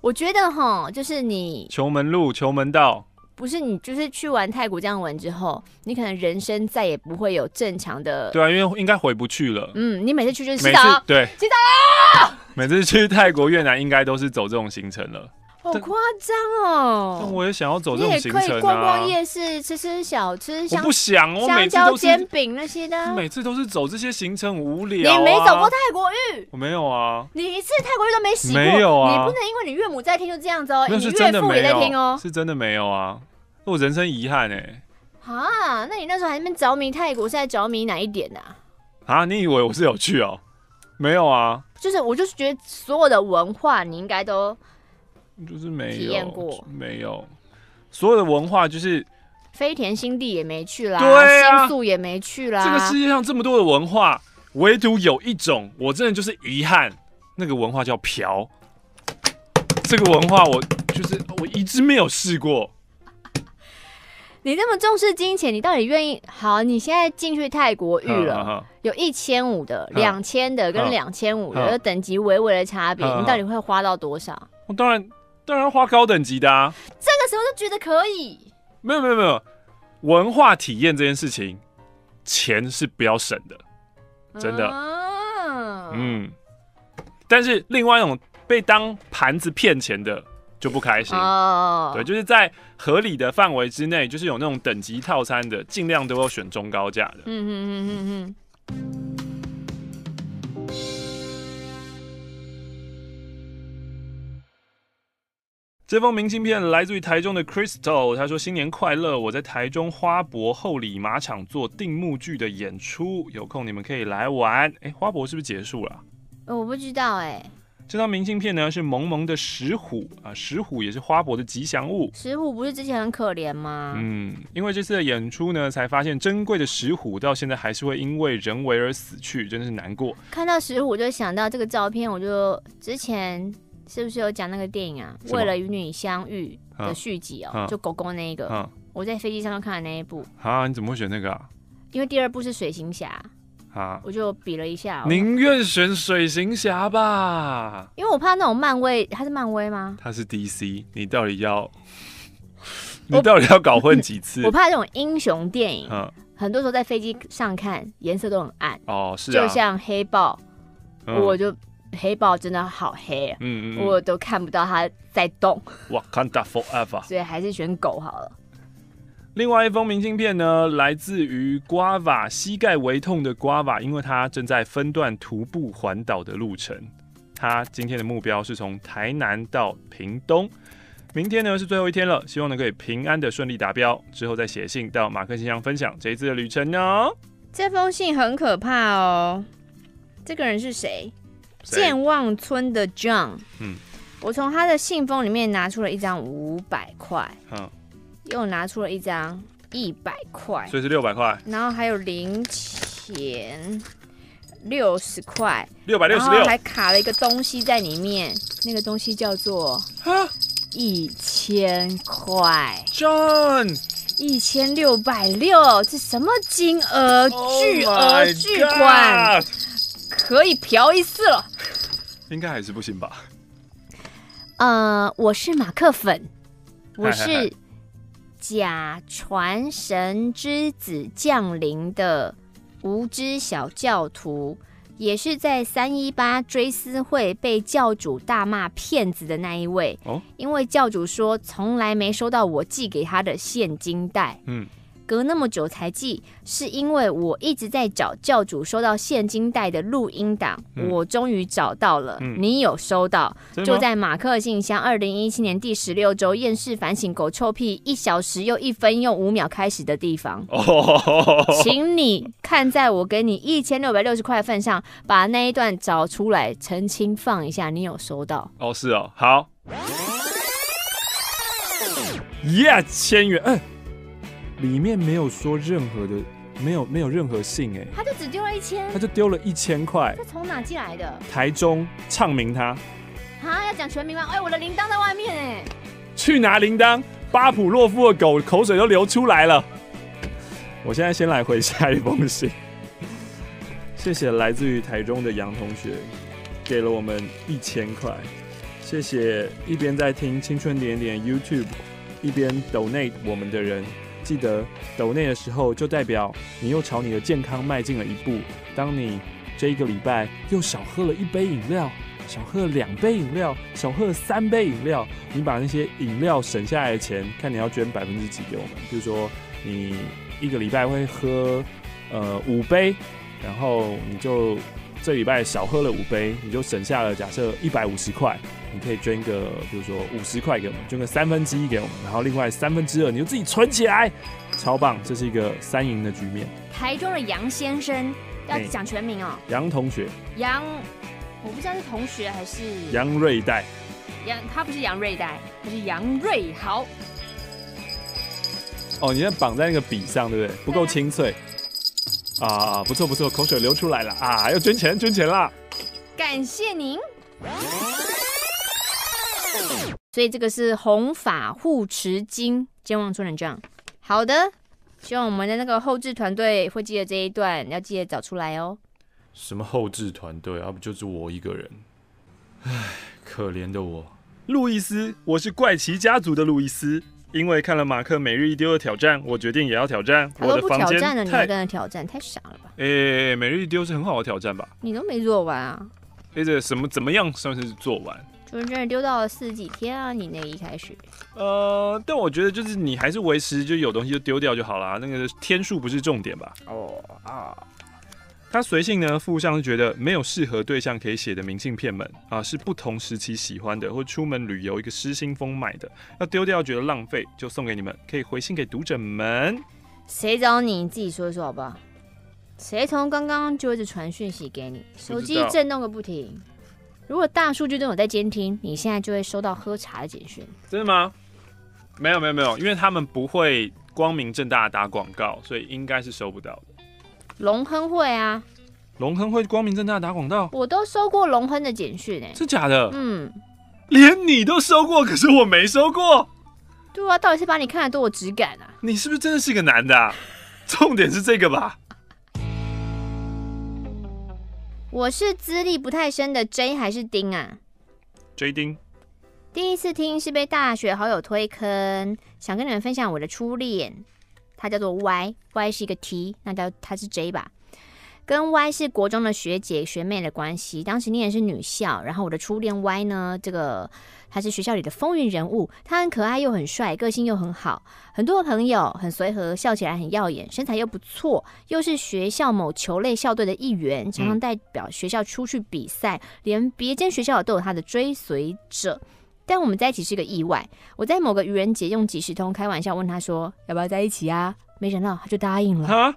S1: 我觉得哈，就是你
S2: 求门路，求门道，
S1: 不是你，就是去完泰国这样玩之后，你可能人生再也不会有正常的。
S2: 啊对啊，因为应该回不去了。
S1: 嗯嗯，你每次去就是洗
S2: 每次
S1: 澡，啊
S2: 对
S1: 洗
S2: 澡，每次去泰国、越南应该都是走这种行程了。
S1: 好
S2: 但
S1: 夸张
S2: 但
S1: 哦！
S2: 我也想要走
S1: 你
S2: 这种
S1: 也
S2: 行
S1: 可以
S2: 程
S1: 逛
S2: 啊
S1: 逛！夜市，吃吃小吃，
S2: 我
S1: 香
S2: 不想，我
S1: 香
S2: 每次
S1: 蕉
S2: 都
S1: 煎
S2: 是
S1: 饼那些的啊。
S2: 每次都是走这些行程，无
S1: 你
S2: 聊、啊。
S1: 没走过泰国浴，
S2: 我没有啊，
S1: 你一次泰国浴都没洗过，
S2: 没有啊
S1: 你不能因为你岳母在听就这样子哦，
S2: 没有
S1: 你
S2: 是真
S1: 岳
S2: 的
S1: 父也
S2: 没
S1: 在听
S2: 有，
S1: 哦。
S2: 是真的没有啊，我人生遗憾哎、
S1: 啊，那你那时候还在那边着迷泰国，是在着迷哪一点呢、啊？
S2: 啊，你以为我是有去哦？没有啊，
S1: 就是我就是觉得所有的文化你应该都
S2: 就是没有
S1: 体验过
S2: 没有。所有的文化就是、
S1: 飞田新地也没去啦，
S2: 对啊
S1: 新宿也没去啦，
S2: 这个世界上这么多的文化，唯独有一种我真的就是遗憾，那个文化叫嫖。这个文化我就是我一直没有试过。
S1: 你那么重视金钱，你到底愿意？好，你现在进去泰国浴了，
S2: 嗯嗯嗯
S1: 有一千五的、
S2: 嗯
S1: 两千的跟
S2: 嗯
S1: 两千五
S2: 嗯
S1: 的，有等级微微的差别，
S2: 嗯嗯
S1: 你到底会花到多少？
S2: 我当然当然要花高等级的啊，
S1: 那个时候就觉得可以，
S2: 没有没有没有，文化体验这件事情，钱是不要省的。真的
S1: 嗯，
S2: 嗯，但是另外一种被当盘子骗钱的就不开心。
S1: 哦，
S2: 对，就是在合理的范围之内，就是有那种等级套餐的，尽量都要选中高价的。
S1: 嗯嗯嗯嗯
S2: 这封明信片来自于台中的 Crystal，他说：“新年快乐！我在台中花博后里马场做定目剧的演出，有空你们可以来玩。”哎，花博是不是结束了啊？
S1: 嗯，我不知道哎、
S2: 这张明信片呢是萌萌的石虎啊，石虎也是花博的吉祥物。
S1: 石虎不是之前很可怜吗？
S2: 嗯，因为这次的演出呢，才发现珍贵的石虎到现在还是会因为人为而死去，真的是难过。
S1: 看到石虎就想到这个照片，我就之前是不是有讲那个电影啊？
S2: 什么
S1: 为了与你相遇的
S2: 嗯
S1: 续集哦，
S2: 嗯
S1: 就狗狗那一个，
S2: 嗯，
S1: 我在飞机上就看了那一部，
S2: 啊，你怎么会选那个啊？
S1: 因为第二部是水行侠，
S2: 啊，
S1: 我就比了一下，我
S2: 宁愿选水行侠吧。
S1: 因为我怕那种漫威，它是漫威吗？
S2: 他是 DC，你到底 要，你到底要搞混几次
S1: 我？怕这种英雄电影，
S2: 嗯，
S1: 很多时候在飞机上看颜色都很暗，
S2: 哦，是
S1: 就
S2: 啊，
S1: 像黑豹，
S2: 嗯
S1: 我就黑豹真的好黑、啊，
S2: 嗯嗯，
S1: 我都看不到它在动，
S2: 我 Wakanda Forever。
S1: 所以还是选狗好了。
S2: 另外一封明信片呢，来自于瓜瓦膝盖微痛的瓜瓦，因为他正在分段徒步环岛的路程。他今天的目标是从台南到屏东，明天呢是最后一天了，希望呢可以平安的顺利达标，之后再写信到马克信箱分享这一次的旅程哦。
S1: 这封信很可怕哦。这个人是谁？
S2: 谁
S1: 健忘村的 John。
S2: 嗯
S1: 我从他的信封里面拿出了一张五百块，
S2: 嗯，
S1: 又拿出了一张一百块，
S2: 所以是六百块，
S1: 然后还有零钱六十块，
S2: 六百六
S1: 然
S2: 十
S1: 后
S2: 六，
S1: 哦还卡了一个东西在里面，那个东西叫做一千块，
S2: John，
S1: 一千六百六，这什么金额？巨
S2: Oh
S1: 额
S2: my
S1: 巨款！
S2: God
S1: 可以嫖一次了。
S2: 应该还是不行吧？
S1: 呃，我是马克粉， 我
S2: 嗨嗨
S1: 是假传神之子降临的无知小教徒，也是在三一八追思会被教主大骂骗子的那一位。
S2: 哦
S1: 因为教主说从来没收到我寄给他的现金袋。
S2: 嗯，
S1: 隔那么久才寄，是因为我一直在找教主收到现金袋的录音档，
S2: 嗯
S1: 我终于找到了。
S2: 嗯
S1: 你有收到？
S2: 真的
S1: 就
S2: 吗？。
S1: 在马克信箱二零一七年第十六周厌世反省狗臭屁一小时又一分又五秒开始的地方
S2: 哦，
S1: 请你看在我给你一千六百六十块份上，把那一段找出来澄清放一下。你有收到？
S2: 哦，是哦，好。耶，千元，哎、里面没有说任何的，没有没有任何信、哎，
S1: 他就只丢了一千
S2: 他，就丢了一千块。
S1: 这从哪寄来的？
S2: 台中唱名他
S1: 啊，要讲全名吗？哎，我的铃铛在外面哎。
S2: 去拿铃铛，巴甫洛夫的狗口水都流出来了。我现在先来回下一封信， 谢谢来自于台中的杨同学，给了我们一千块，谢谢一边在听《青春点点》YouTube，一边抖内我们的人，记得抖内的时候就代表你又朝你的健康迈进了一步。当你这一个礼拜又少喝了一杯饮料，小喝两杯饮料，小喝三杯饮料，你把那些饮料省下来的钱，看你要捐百分之几给我们。比如说，你一个礼拜会喝呃五杯，然后你就这礼拜少喝了五杯，你就省下了假设一百五十块，你可以捐个比如说五十块给我们，捐个三分之一给我们，然后另外三分之二你就自己存起来，超棒！这是一个三赢的局面。
S1: 台中的杨先生要
S2: 哎
S1: 讲全名哦，
S2: 杨同学，
S1: 杨，我不知道是同学还是
S2: 杨瑞代，
S1: 杨，他不是杨瑞代，他是杨瑞豪。
S2: 哦，你要绑在那个笔上，对不对？不够清脆。啊，不错不错，口水流出来了啊！要捐钱捐钱啦！
S1: 感谢您。所以这个是弘法护持经，健忘不能这样。好的，希望我们的那个后置团队会记得这一段，要记得找出来哦。
S5: 什么后置团队啊，不就是我一个人？唉，可怜的我。
S2: 路易斯，我是怪奇家族的路易斯。因为看了马克每日一丢的挑战，我决定也要挑战。
S1: 他
S2: 我
S1: 都
S2: 的
S1: 不
S2: 房
S1: 挑
S2: 间
S1: 战了，你还
S2: 太……
S1: 跟他挑战，太傻了吧？
S2: 诶、每日一丢是很好的挑战吧？
S1: 你都没做完啊，
S2: 诶、这什么怎么样算是做完？
S1: 就是真的丢到了四十几天啊！你那一开始，
S2: 呃，但我觉得就是你还是维持，就有东西就丢掉就好啦。那个天数不是重点吧？哦啊。他随性呢附上是觉得没有适合对象可以写的明信片们啊，是不同时期喜欢的，或出门旅游一个失心疯买的，要丢掉觉得浪费，就送给你们，可以回信给读者们。
S1: 谁找你，你自己说说好不好？谁从刚刚就一直传讯息给你，手机震动个不停。如果大数据都有在监听，你现在就会收到喝茶的简讯。
S2: 真的吗？没有没有没有，因为他们不会光明正大地打广告，所以应该是收不到的。
S1: 龙亨会啊，
S2: 龙亨会光明正大地打广告，
S1: 我都收过龙亨的简讯哎、
S2: 是假的？
S1: 嗯，
S2: 连你都收过，可是我没收过。
S1: 对啊，到底是把你看得多有质感啊？
S2: 你是不是真的是个男的、啊？ 重点是这个吧？
S1: 我是资历不太深的 J 还是丁啊？
S2: 追丁，
S1: 第一次听是被大学好友推坑，想跟你们分享我的初恋，他叫做 Y，Y 是一个 T，那叫他是 J 吧。跟 Y 是国中的学姐学妹的关系，当时念的是女校，然后我的初恋 Y 呢，这个他是学校里的风云人物，他很可爱又很帅，个性又很好，很多朋友，很随和，笑起来很耀眼，身材又不错，又是学校某球类校队的一员，常常代表学校出去比赛，连别间学校都有他的追随者。但我们在一起是个意外。我在某个愚人节用即时通开玩笑问他说要不要在一起啊？没想到他就答应了。
S2: 哈，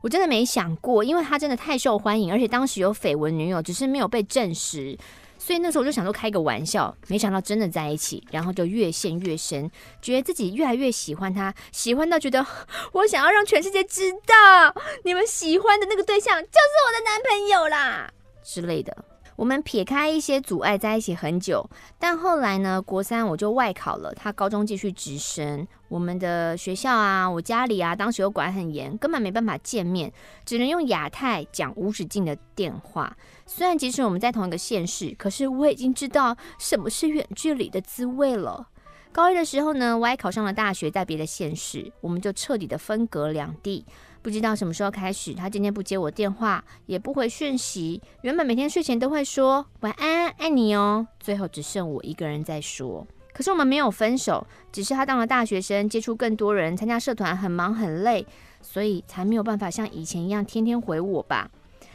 S1: 我真的没想过，因为他真的太受欢迎，而且当时有绯闻女友，只是没有被证实。所以那时候我就想说开个玩笑，没想到真的在一起，然后就越陷越深，觉得自己越来越喜欢他，喜欢到觉得 我想要让全世界知道，你们喜欢的那个对象就是我的男朋友啦之类的。我们撇开一些阻碍，在一起很久，但后来呢，国三我就外考了，他高中继续直升。我们的学校啊，我家里啊，当时又管很严，根本没办法见面，只能用亚太讲无止境的电话。虽然即使我们在同一个县市，可是我已经知道什么是远距离的滋味了。高一的时候呢，Y 考上了大学，在别的县市，我们就彻底的分隔两地。不知道什么时候开始，他今天不接我电话，也不回讯息。原本每天睡前都会说晚安，爱你哦，最后只剩我一个人在说。可是我们没有分手，只是他当了大学生，接触更多人，参加社团，很忙很累，所以才没有办法像以前一样天天回我吧。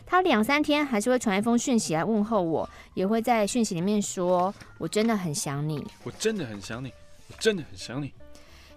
S1: 他两三天还是会传一封讯息来问候我，也会在讯息里面说我真的很想你，
S2: 我真的很想你，我真的很想你。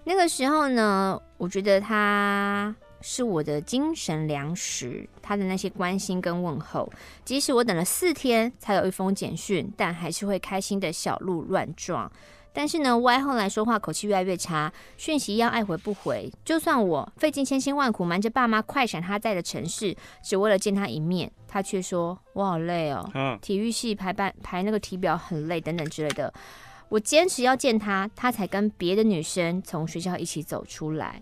S1: 那个时候呢，我觉得他是我的精神粮食，他的那些关心跟问候，即使我等了四天才有一封简讯，但还是会开心的小鹿乱撞。但是呢，Y 后来说话口气越来越差，讯息要爱回不回。就算我费尽千辛万苦瞒着爸妈快闪他在的城市，只为了见他一面，他却说我好累哦，
S2: 嗯，
S1: 体育系排班排那个体表很累等等之类的。我坚持要见他，他才跟别的女生从学校一起走出来。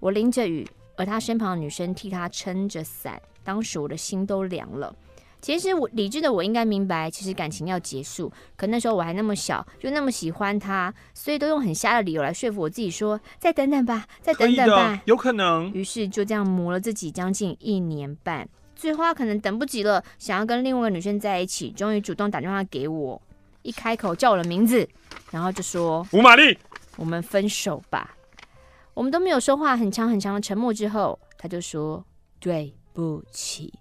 S1: 我淋着雨，而他身旁的女生替他撑着伞，当时我的心都凉了。其实我理智的我应该明白，其实感情要结束，可那时候我还那么小，又那么喜欢他，所以都用很瞎的理由来说服我自己说，再等等吧，再
S2: 可
S1: 等
S2: 以啊
S1: 等吧
S2: 的，。有可能。
S1: 于是就这样磨了自己将近一年半。最后他可能等不及了，想要跟另外一个女生在一起，终于主动打电话给我，一开口叫我的名字，然后就说
S3: 吴玛丽，
S1: 我们分手吧。我们都没有说话，很长很长的沉默之后，他就说对不起。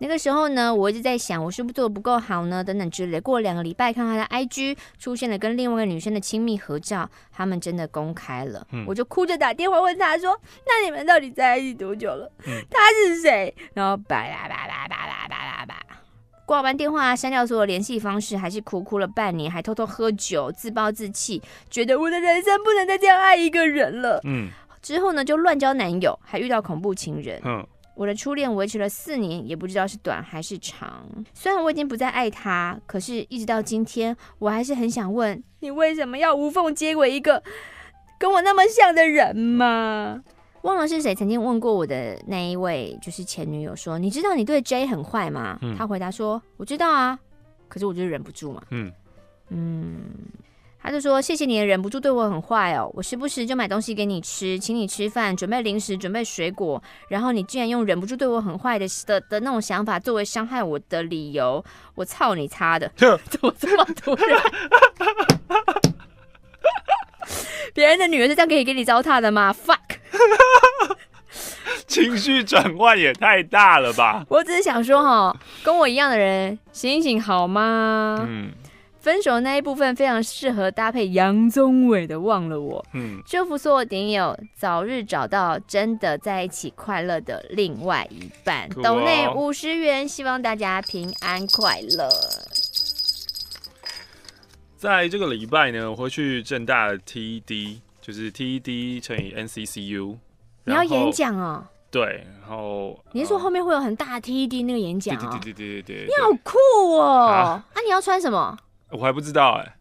S1: 那个时候呢，我一直在想，我是不是做的不够好呢？等等之类的。过了两个礼拜，看他的 IG 出现了跟另外一个女生的亲密合照，他们真的公开了，
S2: 嗯
S1: 我就哭着打电话问他说：“那你们到底在一起多久了？
S2: 嗯
S1: 他是谁？”然后巴拉巴拉巴拉巴拉巴拉。挂完电话，删掉所有联系方式，还是苦哭了半年，还偷偷喝酒，自暴自弃，觉得我的人生不能再这样爱一个人了。
S2: 嗯
S1: 之后呢，就乱交男友，还遇到恐怖情人。
S2: 嗯，
S1: 我的初恋维持了四年，也不知道是短还是长。虽然我已经不再爱他，可是一直到今天，我还是很想问你，为什么要无缝接轨一个跟我那么像的人吗？忘了是谁曾经问过我的那一位，就是前女友说：“你知道你对 J 很坏吗？”
S2: 嗯
S1: 他回答说：“我知道啊，可是我就忍不住嘛。”
S2: 嗯
S1: 嗯，他就说：“谢谢你的忍不住对我很坏哦，我时不时就买东西给你吃，请你吃饭，准备零食，准备水果，然后你竟然用忍不住对我很坏的的 的那种想法作为伤害我的理由，我操你擦的， 怎么这么突然？” 别人的女儿是这样可以给你糟蹋的吗？fuck！
S2: 情绪转换也太大了吧？
S1: 我只是想说哈，跟我一样的人醒醒好吗？
S2: 嗯
S1: 分手那一部分非常适合搭配杨宗纬的《忘了我》。
S2: 嗯，
S1: 祝福所有顶友早日找到真的在一起快乐的另外一半。
S2: 酷哦
S1: 抖内五十元，希望大家平安快乐。
S2: 在这个礼拜呢，我会去正大的 TED，就是 TED 乘以 NCCU。
S1: 你要
S2: 然后
S1: 演？讲哦？
S2: 对，然后
S1: 你是说后
S2: 面
S1: 面会有很大的 TED 那个演讲
S2: 对
S1: 哦？
S2: 对对对对对，
S1: 你好酷哦！啊
S2: 啊，
S1: 你要穿什么？
S2: 我还不知道哎、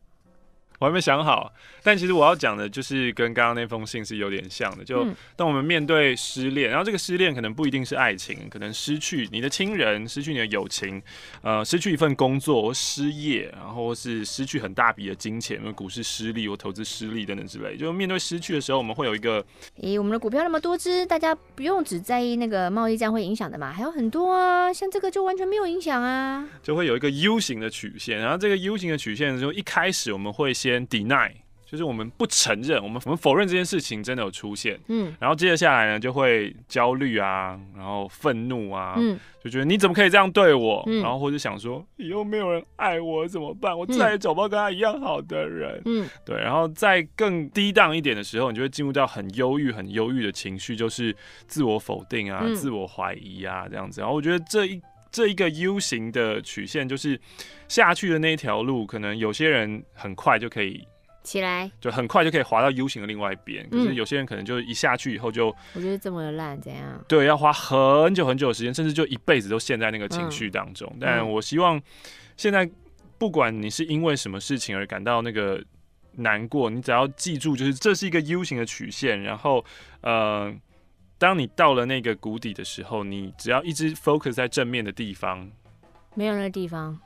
S2: 我还没想好。但其实我要讲的就是跟刚刚那封信是有点像的，就
S1: 嗯
S2: 当我们面对失恋，然后这个失恋可能不一定是爱情，可能失去你的亲人，失去你的友情，呃，失去一份工作，或失业，然后或是失去很大笔的金钱，因为股市失利或投资失利等等之类。就面对失去的时候，我们会有一个
S1: 咦，我们的股票那么多只，大家不用只在意那个贸易战会影响的嘛，还有很多啊，像这个就完全没有影响啊。
S2: 就会有一个 U 型的曲线，然后这个 U 型的曲线的时候，一开始我们会先 deny，就是我们不承认，我们我们否认这件事情真的有出现。
S1: 嗯
S2: 然后接着下来呢，就会焦虑啊，然后愤怒啊，
S1: 嗯，
S2: 就觉得你怎么可以这样对我？
S1: 嗯
S2: 然后或者想说以后没有人爱我怎么办？我再也找不到跟他一样好的人。
S1: 嗯
S2: 对，然后在更低档一点的时候，你就会进入到很忧郁、很忧郁的情绪，就是自我否定啊、
S1: 嗯
S2: 自我怀疑啊这样子。然后我觉得这一这一个 U 型的曲线，就是下去的那一条路，可能有些人很快就可以。
S1: 起来，
S2: 就很快就可以滑到 U 型的另外一边，可是
S1: 嗯
S2: 有些人可能就一下去以后就
S1: 我就是这么烂，怎样？
S2: 对，要花很久很久的时间，甚至就一辈子都陷在那个情绪当中。但我希望现在，不管你是因为什么事情而感到那个难过，你只要记住，就是这是一个 U 型的曲线。然后，呃，当你到了那个谷底的时候，你只要一直 focus 在正面的地方，
S1: 没有那个地方。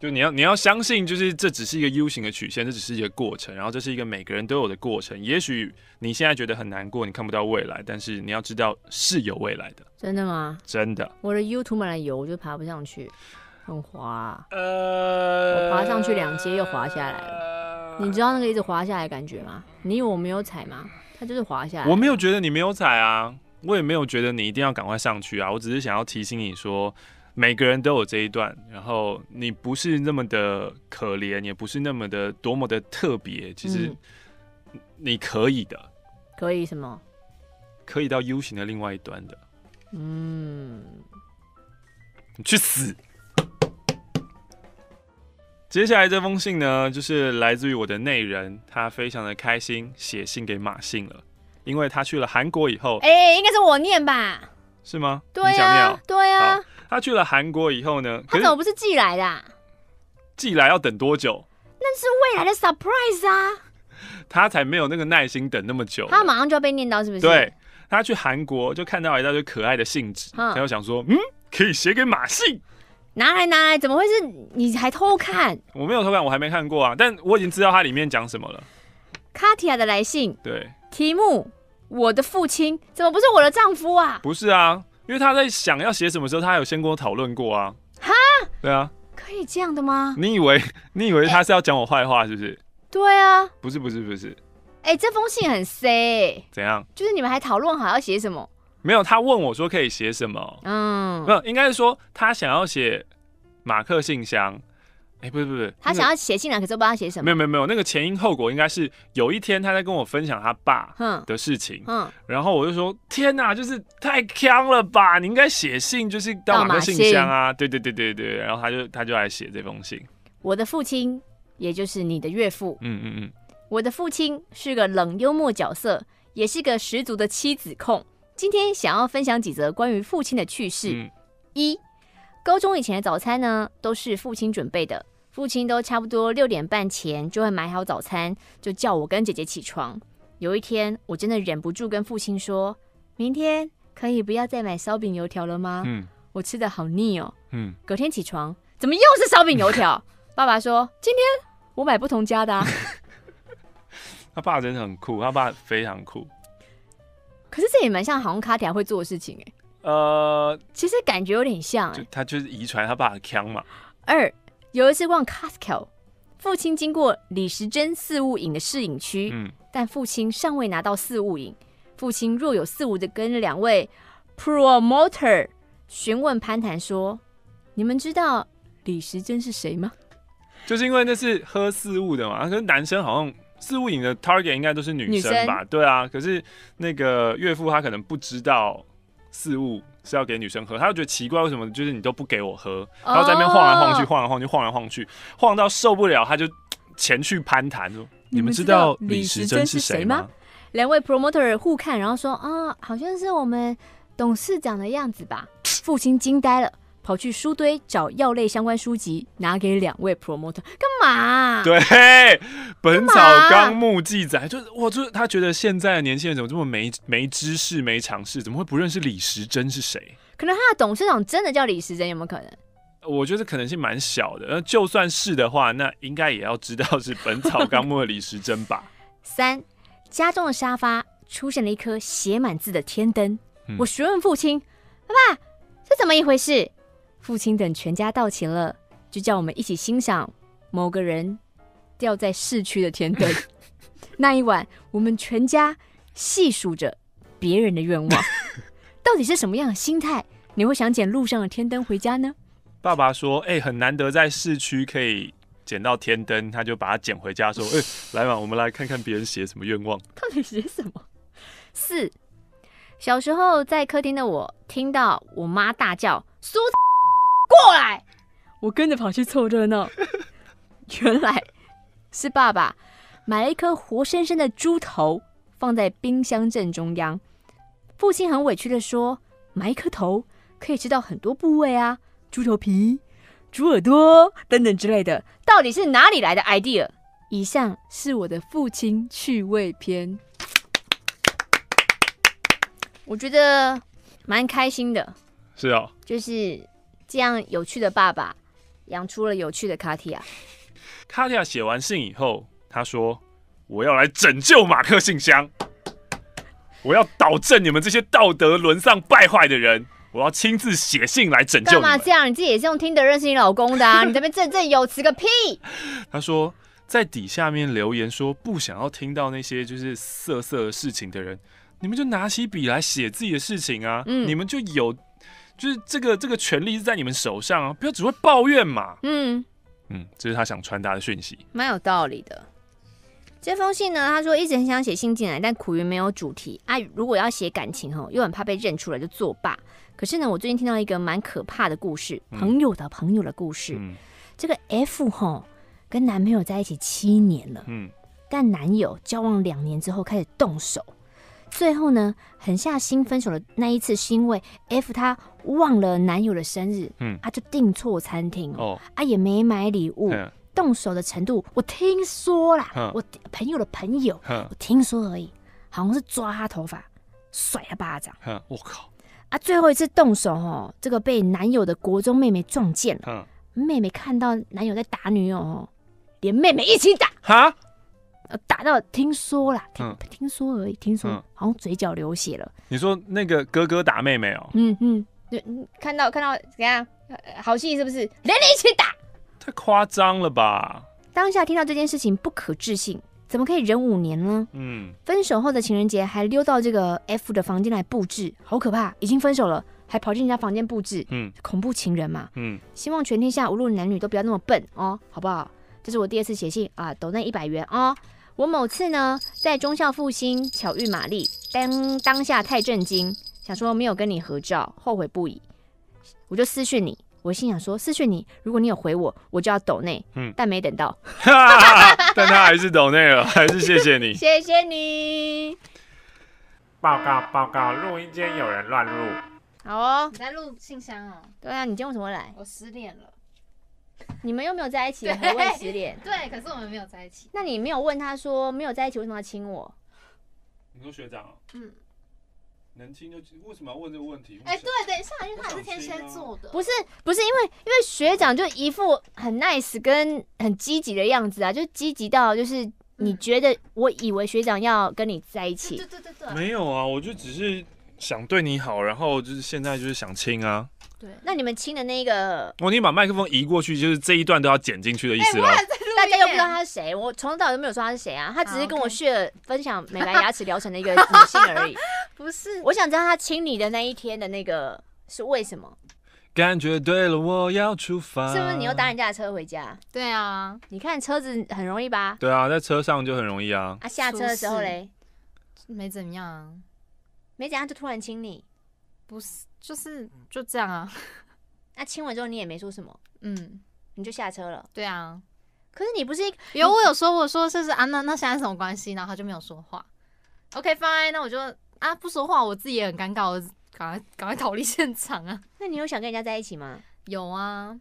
S2: 就你要你要相信，就是这只是一个 U 型的曲线，这只是一个过程，然后这是一个每个人都有的过程。也许你现在觉得很难过，你看不到未来，但是你要知道是有未来的，
S1: 真的吗？
S2: 真的。
S1: 我的 U 涂满了油，我就爬不上去，很滑啊、
S2: 呃
S1: 我爬上去两阶又滑下来
S2: 了
S1: 你知道那个一直滑下来的感觉吗？你以为我没有踩吗？它就是滑下来。
S2: 我没有觉得你没有踩啊，我也没有觉得你一定要赶快上去啊，我只是想要提醒你说，每个人都有这一段，然后你不是那么的可怜，也不是那么的多么的特别，其实
S1: 嗯
S2: 你可以的，
S1: 可以什么？
S2: 可以到 U 型的另外一端的，
S1: 嗯，
S2: 哦你去死！接下来这封信呢，就是来自于我的内人，他非常的开心，写信给马信了，因为他去了韩国以后，
S1: 哎、应该是我念吧？
S2: 是吗？
S1: 对
S2: 你想
S1: 呀、
S2: 念哦
S1: 对呀、
S2: 好他去了韩国以后呢，
S1: 他
S2: 可
S1: 怎么
S2: 是
S1: 不是寄来的啊、
S2: 寄来要等多久？
S1: 那是未来的 surprise 啊！
S2: 他才没有那个耐心等那么久呢。
S1: 他马上就要被念到，是不是？
S2: 哦对，他去韩国就看到一大堆可爱的信纸，
S1: 嗯
S2: 他就想说，嗯，可以写给马信。
S1: 拿来拿来，怎么会是你还偷看
S2: 我没有偷看，我还没看过啊，但我已经知道它里面讲什么了。
S1: 卡提亚的来信？
S2: 对，
S1: 题目：我的父亲怎么不是我的丈夫啊？
S2: 不是啊，因为他在想要写什么时候，他有先跟我讨论过啊。
S1: 哈，
S2: 对啊，
S1: 可以这样的吗？
S2: 你以为 你以为他是要讲我坏话是不是？
S1: 对啊，
S2: 不是不是不是，
S1: 哎、这封信很 C，、
S2: 怎样？
S1: 就是你们还讨论好要写什么？
S2: 没有，他问我说可以写什么？
S1: 嗯
S2: 没，有，应该是说他想要写马克信箱。哎、不是不是，
S1: 他想
S2: 要、
S1: 要写信来，可是我不知道写什么。
S2: 没有没有没有，那个前因后果应该是有一天他在跟我分享他爸
S1: 哼
S2: 的事情，
S1: 嗯，
S2: 然后我就说：“天哪，就是太坑了吧！你应该写信，就是到马克信箱啊。”对对对对对，然后他就他就来写这封信。
S1: 我的父亲，也就是你的岳父，
S2: 嗯嗯嗯，
S1: 我的父亲是个冷幽默角色，也是个十足的妻子控。今天想要分享几则关于父亲的趣事。
S2: 嗯
S1: 一，高中以前的早餐呢，都是父亲准备的。父亲都差不多六点半前就会买好早餐，就叫我跟姐姐起床。有一天，我真的忍不住跟父亲说：“明天可以不要再买烧饼油条了吗？
S2: 嗯
S1: 我吃的好腻哦。”
S2: 嗯，
S1: 隔天起床，怎么又是烧饼油 条？爸爸说：“今天我买不同家的、啊。”
S2: 他爸真的很酷，他爸非常酷。
S1: 可是这也蛮像航空卡条会做的事情哎、
S2: 呃，
S1: 其实感觉有点像哎、
S2: 就他就是遗传他爸的腔嘛。
S1: 二有一次逛 Costco，父亲经过李时珍四物饮的试饮区，
S2: 嗯，
S1: 但父亲尚未拿到四物饮。父亲若有似无的跟两位 promoter 询问攀谈说：“你们知道李时珍是谁吗
S2: 就是因为那是喝四物的嘛，可是男生好像四物饮的 target 应该都是女生吧？对啊，可是那个岳父他可能不知道四物是要给女生喝，他就觉得奇怪，为什么就是你都不给我喝，然后在那边晃来晃去，
S1: 哦
S2: 晃来晃去，晃来晃去，晃到受不了，他就前去攀谈说：“
S1: 你
S2: 你
S1: 们
S2: 们
S1: 知
S2: 知
S1: 道
S2: 道
S1: 李
S2: 李
S1: 时
S2: 时
S1: 珍
S2: 珍
S1: 是
S2: 是
S1: 谁
S2: 谁
S1: 吗
S2: 吗？”？”
S1: 两位 promoter 互看，然后说：“啊，好像是我们董事长的样子吧。”父亲惊呆了，跑去书堆找药类相关书籍，拿给两位 promoter 干嘛啊、
S2: 对，《本草
S1: 干嘛
S2: 纲目》记载，就是我就是他觉得现在的年轻人怎么这么没没知识、没尝试，怎么会不认识李时珍是谁？
S1: 可能他的董事长真的叫李时珍，有没有可能？
S2: 我觉得可能性蛮小的。那呃就算是的话，那应该也要知道是《本草纲目》的李时珍吧？
S1: 三，家中的沙发出现了一颗写满字的天灯。
S2: 嗯
S1: 我询问父亲：“爸爸，这怎么一回事？”父亲等全家到齐了，就叫我们一起欣赏某个人掉在市区的天灯。那一晚，我们全家细数着别人的愿望，到底是什么样的心态？你会想捡路上的天灯回家呢？
S2: 爸爸说：“哎、很难得在市区可以捡到天灯，他就把它捡回家，说：‘哎、来嘛，我们来看看别人写什么愿望。
S1: 到底写什么？四，小时候在客厅的我听到我妈大叫“苏过来”，我跟着跑去凑热闹， 原来是爸爸买了一颗活生生的猪头放在冰箱正中央。父亲很委屈的说：“买一颗头可以吃到很多部位啊，猪头皮、猪耳朵等等之类的，到底是哪里来的 idea？” 以上是我的父亲趣味篇，我觉得蛮开心的，
S2: 是哦，
S1: 就是这样有趣的爸爸养出了有趣的卡提亚。
S2: 卡蒂亚写完信以后，他说：“我要来拯救马克信箱，我要导正你们这些道德沦丧败坏的人，我要亲自写信来拯救
S1: 干
S2: 你
S1: 嘛
S2: 们。
S1: 这样？你自己也是用听的认识你老公 的啊！你这边振振有词个屁！”
S2: 他说，在底下面留言说不想要听到那些就是色色的事情的人，你们就拿起笔来写自己的事情啊，
S1: 嗯
S2: 你们就有，就是这个这个权利是在你们手上啊，不要只会抱怨嘛。
S1: 嗯，
S2: 嗯，这是他想传达的讯息。
S1: 蛮有道理的。这封信呢，他说一直很想写信进来，但苦于没有主题啊。如果要写感情吼，又很怕被认出来，就作罢。可是呢，我最近听到一个蛮可怕的故事，朋友的朋友的故事。
S2: 嗯
S1: 这个 F 吼跟男朋友在一起七年了，
S2: 嗯，
S1: 但男友交往两年之后开始动手，最后呢，狠下心分手的那一次是因为 F 她忘了男友的生日，嗯
S2: 嗯，
S1: 啊就订错餐厅哦，
S2: 哦，
S1: 啊也没买礼物，
S2: 嗯
S1: 动手的程度，我听说啦
S2: 嗯，
S1: 我朋友的朋友，
S2: 哼
S1: 我听说而已，好像是抓他头发，甩他巴掌
S2: 哼，我靠，
S1: 啊！最后一次动手哦，这个被男友的国中妹妹撞见了，
S2: 哼
S1: 妹妹看到男友在打女友哦，连妹妹一起打，
S2: 哈，
S1: 呃打到听说啦，听、
S2: 嗯
S1: 听说而已，听说、
S2: 嗯
S1: 好像嘴角流血了。
S2: 你说那个哥哥打妹妹哦、
S1: 嗯嗯，对嗯看到看到怎样？呃好戏是不是？连你一起打。
S2: 太夸张了吧？
S1: 当下听到这件事情不可置信，怎么可以忍五年呢？
S2: 嗯，
S1: 分手后的情人节还溜到这个 F 的房间来布置，好可怕！已经分手了，还跑进人家房间布置，
S2: 嗯
S1: 恐怖情人嘛。
S2: 嗯，
S1: 希望全天下无论男女都不要那么笨哦，好不好？这是我第二次写信啊，抖那一百元哦。我某次呢在中校复兴巧遇玛丽，当当下太震惊，想说没有跟你合照，后悔不已，我就私讯你。我心想说私讯你，如果你有回我，我就要抖内，
S2: 嗯
S1: 但没等到，
S2: 哈哈 哈
S5: 但他还是抖内 了，还是谢谢你。
S1: 谢谢你。
S6: 报告报告，录音间有人乱入。
S1: 好哦，
S4: 你在录信箱哦，
S1: 对啊，你今天为什么会来？
S4: 我失恋了。
S1: 你们又没有在一起，
S4: 对
S1: 何谓失恋？
S4: 对，可是我们没有在一起。
S1: 那你没有问他说没有在一起为什么要亲我？
S2: 你说学长哦，
S4: 嗯，
S2: 能听就听为什么要问这个问题？
S4: 哎、对，等一下，因为他也是天蝎座的。
S1: 不是不是，因为因为学长就一副很 nice 跟很积极的样子啊，就积极到就是你觉得我以为学长要跟你在一
S4: 对
S1: 起
S4: 对，对对对，
S2: 没有啊，我就只是想对你好，然后就是现在就是想亲啊。
S4: 对。
S1: 那你们亲的那个
S2: 我你把麦克风移过去，就是这一段都要剪进去的意思
S4: 我
S1: 哎
S2: 咯。
S4: 也在录音
S1: 大家又不知道他是谁，我从头到尾都没有说他是谁啊，他只是跟
S4: 好
S1: 我
S4: ，OK
S1: 炫分享美白牙齿疗程的一个女性而已。
S4: 不是
S1: 我想知道他亲你的那一天的那个是为什么？
S2: 感觉对了，我要出发。
S1: 是不是你又搭？人家的车回家？
S4: 对啊，
S1: 你看车子很容易吧？
S2: 对啊，在车上就很容易啊。
S1: 啊，下车的时候嘞，
S4: 没怎么样啊，
S1: 没怎样就突然亲你，
S4: 不是就是就这样啊。
S1: 那、亲完之后你也没说什么，
S4: 嗯，
S1: 你就下车了。
S4: 对啊，
S1: 可是你不是一
S4: 有我有说我说就是啊，那那现在什么关系？然后他就没有说话。OK fine，那我就啊不说话，我自己也很尴尬，我赶快赶快逃离现场啊。
S1: 那你有想跟人家在一起吗？
S4: 有啊，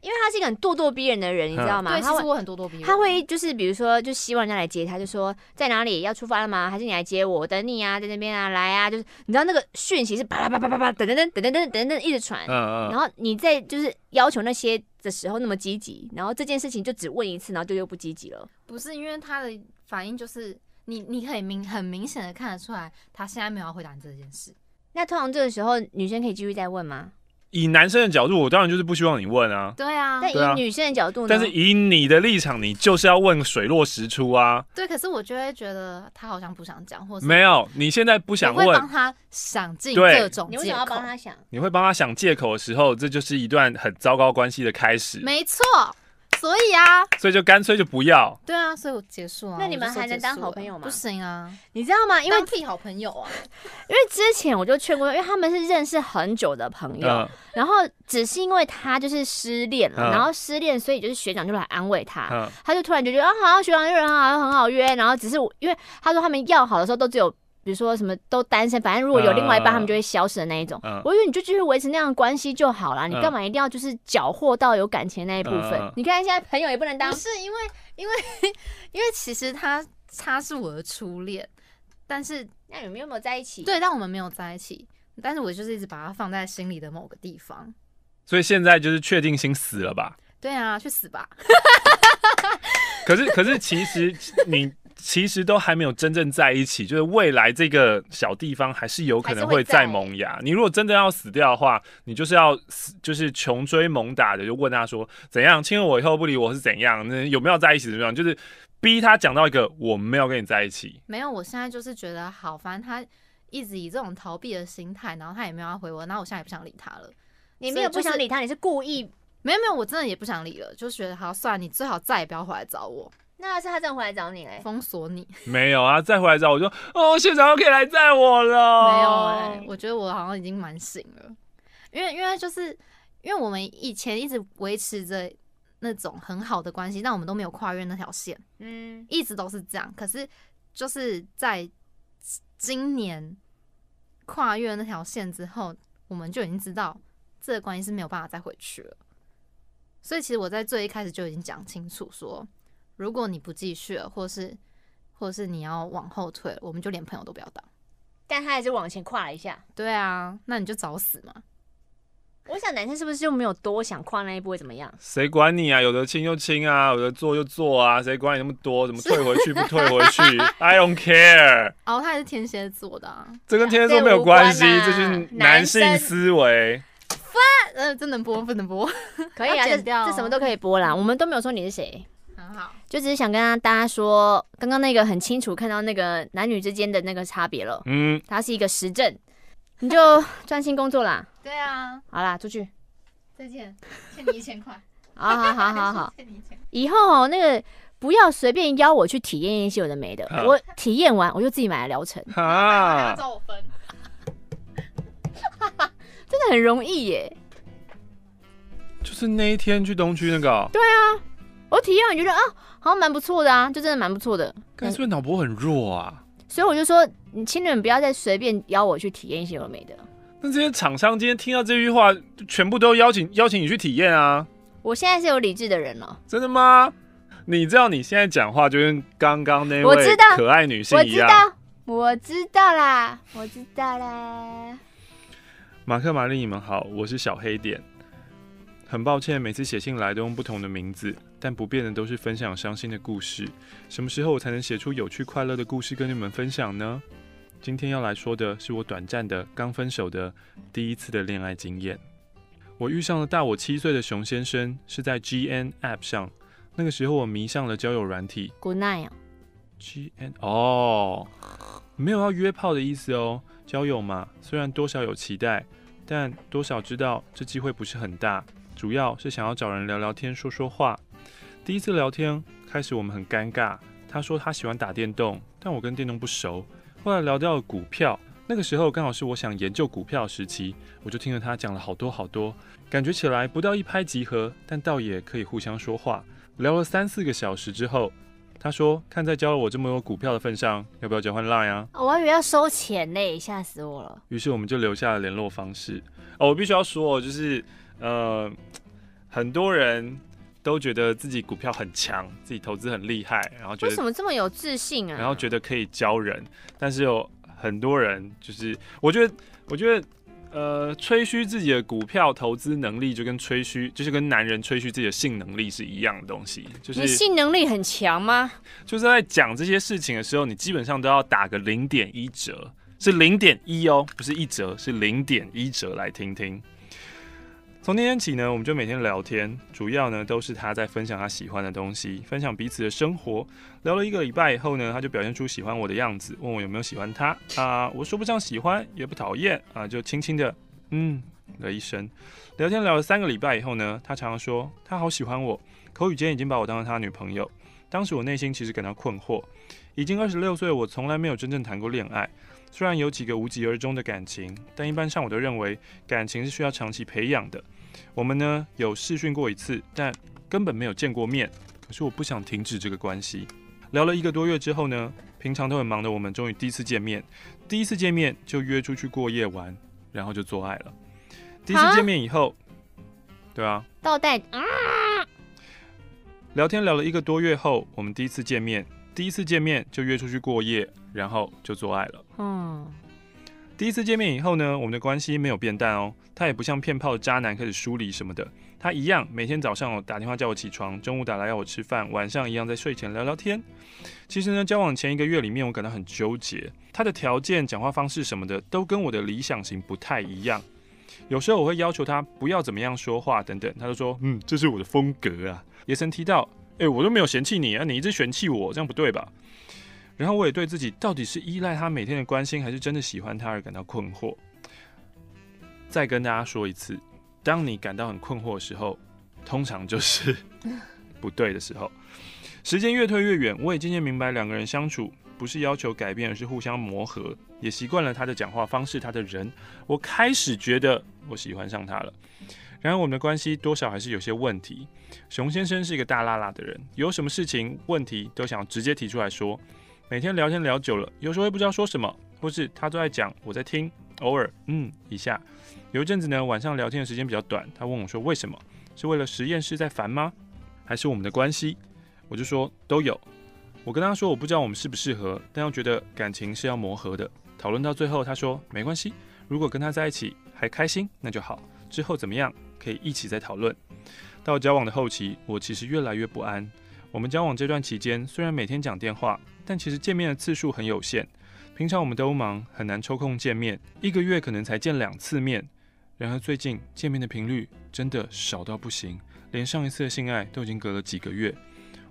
S1: 因为他是一个很咄咄逼人的人，你
S2: 嗯
S1: 知道吗？
S4: 对，其
S1: 他
S4: 实
S1: 会
S4: 我很咄咄逼人，
S1: 他会就是比如说，就希望人家来接他，就说在哪里要出发了吗？还是你来接我？我等你啊，在那边啊，来啊，就是你知道那个讯息是啪啦啪啪啪啪，噔噔噔噔噔噔噔噔一直传。
S2: 嗯
S1: 然
S2: 嗯，
S1: 后你在就是要求那些的时候那么积极，然后这件事情就只问一次，然后就又不积极了。
S4: 不是因为他的反应就是你你可以明很明显的看得出来，他现在没有要回答你这件事。
S1: 那通常这个时候女生可以继续再问吗？
S2: 以男生的角度，我当然就是不希望你问啊。
S4: 对啊，
S1: 但
S2: 对啊
S1: 以女生的角度呢？
S2: 但是以你的立场，你就是要问水落石出啊。
S4: 对，可是我就会觉得他好像不想讲，或是
S2: 没有，你现在不想
S4: 我会帮
S2: 问，
S4: 他想尽
S2: 对
S4: 各种
S1: 你为什
S4: 借
S1: 么要
S4: 口
S1: 帮。他想？
S2: 你会帮他想借口的时候，这就是一段很糟糕关系的开始。
S4: 没错，所以啊，
S2: 所以就干脆就不要。
S4: 对啊，所以我结束啊。
S1: 那你们
S4: 我就说
S1: 还能
S4: 结束
S1: 当好
S4: 了
S1: 朋友吗
S4: 不行啊，
S1: 你知道吗？因为
S4: 当屁好朋友啊。
S1: 因为之前我就劝过，因为他们是认识很久的朋友，
S2: 嗯
S1: 然后只是因为他就是失恋了，
S2: 嗯
S1: 然后失恋，所以就是学长就来安慰他，
S2: 嗯
S1: 他就突然就觉得啊，好像学长这个人好像很好约，然后只是我因为他说他们要好的时候都只有。比如说什么都单身，反正如果有另外一半，
S2: 嗯
S1: 他们就会消失的那一种。
S2: 嗯
S1: 我以为你就继续维持那样的关系就好了，你
S2: 嗯
S1: 干嘛一定要就是缴获到有感情的那一部分？
S2: 嗯嗯嗯
S1: 你看现在朋友也不能当
S4: 不，是因为，因为，因为其实他他是我的初恋，但是
S1: 那你们有没有在一起？，
S4: 对，但我们没有在一起，但是我就是一直把他放在心里的某个地方。
S2: 所以现在就是确定心死了吧？
S4: 对啊，去死吧！
S2: 可是可是其实你其实都还没有真正在一起，就是未来这个小地方还是有可能会再萌芽。你如果真的要死掉的话，你就是要死，就是穷追猛打的，就问他说怎样亲了我以后不理我是怎样，那有没有在一起怎么样，就是逼他讲到一个我没有跟你在一起。
S4: 没有，我现在就是觉得好，反正他一直以这种逃避的心态，然后他也没有要回我，然后我现在也不想理他了。
S1: 你没有不想理他，你是故意。
S4: 没有没有，我真的也不想理了，就觉得好算了，你最好再也不要回来找我，
S1: 那要是他真的回来找你嘞，
S4: 封锁你。
S2: 没有啊，再回来找我就哦，学长又可以来载我了。
S4: 没有哎、我觉得我好像已经蛮醒了，因为因为就是因为我们以前一直维持着那种很好的关系，但我们都没有跨越那条线，
S1: 嗯，
S4: 一直都是这样。可是就是在今年跨越那条线之后，我们就已经知道这个关系是没有办法再回去了。所以其实我在最一开始就已经讲清楚说，如果你不继续了，或是或是你要往后退了，我们就连朋友都不要当。
S1: 但他还是往前跨了一下。
S4: 对啊，那你就找死嘛！
S1: 我想男生是不是就没有多想跨那一步会怎么 样？
S2: 谁管你啊？有的亲就亲啊，有的做就做啊，谁管你那么多？怎么退回去不退回 去？I don't care，
S4: 哦，他也是天蝎座的、啊，
S2: 这跟天蝎座没有关系，
S1: 这无关啊
S2: 这是男性思维。
S4: 呃，这能播不能播，
S1: 可以啊，
S4: 要
S1: 这
S4: 剪掉哦
S1: 这什么都可以播啦，我们都没有说你是谁。
S4: 很好。
S1: 就只是想跟大家说，刚刚那个很清楚看到那个男女之间的那个差别了，
S2: 嗯，
S1: 它是一个实证，你就专心工作啦。
S4: 对啊，
S1: 好啦，出去。
S4: 再见，欠你一千块。
S1: 好好好好好，
S4: 欠你一千。
S1: 以后、哦、那个不要随便邀我去体验一些有的没的
S2: 啊，
S1: 我体验完我就自己买了疗程，啊
S2: 哈，
S4: 找我分。
S1: 真的很容易耶。
S2: 就是那一天去东区那个、哦，
S1: 我体验完觉得啊，好像蛮不错的啊，就真的蛮不错的。
S2: 看是不是脑波很弱啊？
S1: 所以我就说，你亲人不要再随便邀我去体验一些有的没的。
S2: 那这些厂商今天听到这句话，就全部都邀请邀请你去体验啊？
S1: 我现在是有理智的人哦了。
S2: 真的吗？你知道你现在讲话就跟刚刚那
S1: 我知
S2: 位
S1: 道
S2: 可爱女性
S1: 我
S2: 一
S1: 知
S2: 样。
S1: 道，我知道啦，我知道啦。
S2: 马克、玛丽，你们好，我是小黑点。很抱歉，每次写信来都用不同的名字，但不变的都是分享伤心的故事。什么时候我才能写出有趣快乐的故事跟你们分享呢？今天要来说的是我短暂的刚分手的第一次的恋爱经验。我遇上了大我七岁的熊先生，是在 GN App 上。那个时候我迷上了交友软体，
S1: Good night 啊，
S2: G N 哦，没有要约炮的意思哦，交友嘛，虽然多少有期待，但多少知道这机会不是很大，主要是想要找人聊聊天、说说话。第一次聊天开始我们很尴尬，他说他喜欢打电动，但我跟电动不熟。后来聊到了股票，那个时候刚好是我想研究股票的时期，我就听了他讲了好多好多，感觉起来不到一拍即合，但倒也可以互相说话。聊了三四个小时之后，他说：“看在教了我这么多股票的份上，要不要交换 Line 啊
S1: 我还以为要收钱嘞，吓死我了？”。
S2: 于是我们就留下了联络方式。哦，我必须要说哦，就是呃，很多人都觉得自己股票很强，自己投资很厉害，然后觉
S1: 为什
S2: 得
S1: 么这么有自信啊？
S2: 然后觉得可以教人，但是有很多人就是，我觉得，我觉得。呃，吹嘘自己的股票投资能力，就跟吹嘘，就是跟男人吹嘘自己的性能力是一样的东西。就是
S1: 你性能力很强吗？
S2: 就是在讲这些事情的时候，你基本上都要打个零点一折，是零点一哦，不是一折，是零点一折来听听。从那天起呢，我们就每天聊天，主要呢都是他在分享他喜欢的东西，分享彼此的生活。聊了一个礼拜以后呢，他就表现出喜欢我的样子，问我有没有喜欢他啊、我说不上喜欢，也不讨厌啊、就轻轻的嗯了一声。聊天聊了三个礼拜以后呢，他常常说他好喜欢我，口语间已经把我当成他女朋友。当时我内心其实感到困惑，已经二十六岁了，我从来没有真正谈过恋爱。虽然有几个无疾而终的感情，但一般上我都认为感情是需要长期培养的。我们呢有试训过一次，但根本没有见过面。可是我不想停止这个关系。聊了一个多月之后呢，平常都很忙的我们终于第一次见面，第一次见面就约出去过夜玩，然后就做爱了。第一次
S1: 啊
S2: 见面以后，对啊，
S1: 倒带啊，
S2: 聊天聊了一个多月后，我们第一次见面，第一次见面就约出去过夜，然后就做爱了。
S1: 嗯，
S2: 第一次见面以后呢，我们的关系没有变淡哦，他也不像骗炮的渣男开始疏离什么的，他一样每天早上哦打电话叫我起床，中午打来要我吃饭，晚上一样在睡前聊聊天。其实呢，交往前一个月里面，我感到很纠结，他的条件、讲话方式什么的都跟我的理想型不太一样。有时候我会要求他不要怎么样说话等等，他就说嗯，这是我的风格啊。也曾提到，诶，我都没有嫌弃你啊，你一直嫌弃我，这样不对吧？然后我也对自己到底是依赖他每天的关心，还是真的喜欢他而感到困惑。再跟大家说一次，当你感到很困惑的时候，通常就是 不对的时候。时间越推越远，我也渐渐明白，两个人相处不是要求改变，而是互相磨合。也习惯了他的讲话方式，他的人，我开始觉得我喜欢上他了。然而，我们的关系多少还是有些问题。熊先生是一个大辣辣的人，有什么事情、问题都想要直接提出来说。每天聊天聊久了，有时候会不知道说什么，或是他都在讲，我在听，偶尔嗯一下。有一阵子呢，晚上聊天的时间比较短，他问我说为什么？是为了实验室在烦吗？还是我们的关系？我就说都有。我跟他说我不知道我们适不适合，但又觉得感情是要磨合的。讨论到最后，他说没关系，如果跟他在一起还开心，那就好。之后怎么样，可以一起再讨论。到交往的后期，我其实越来越不安。我们交往这段期间，虽然每天讲电话，但其实见面的次数很有限。平常我们都忙，很难抽空见面，一个月可能才见两次面。然而最近见面的频率真的少到不行，连上一次的性爱都已经隔了几个月。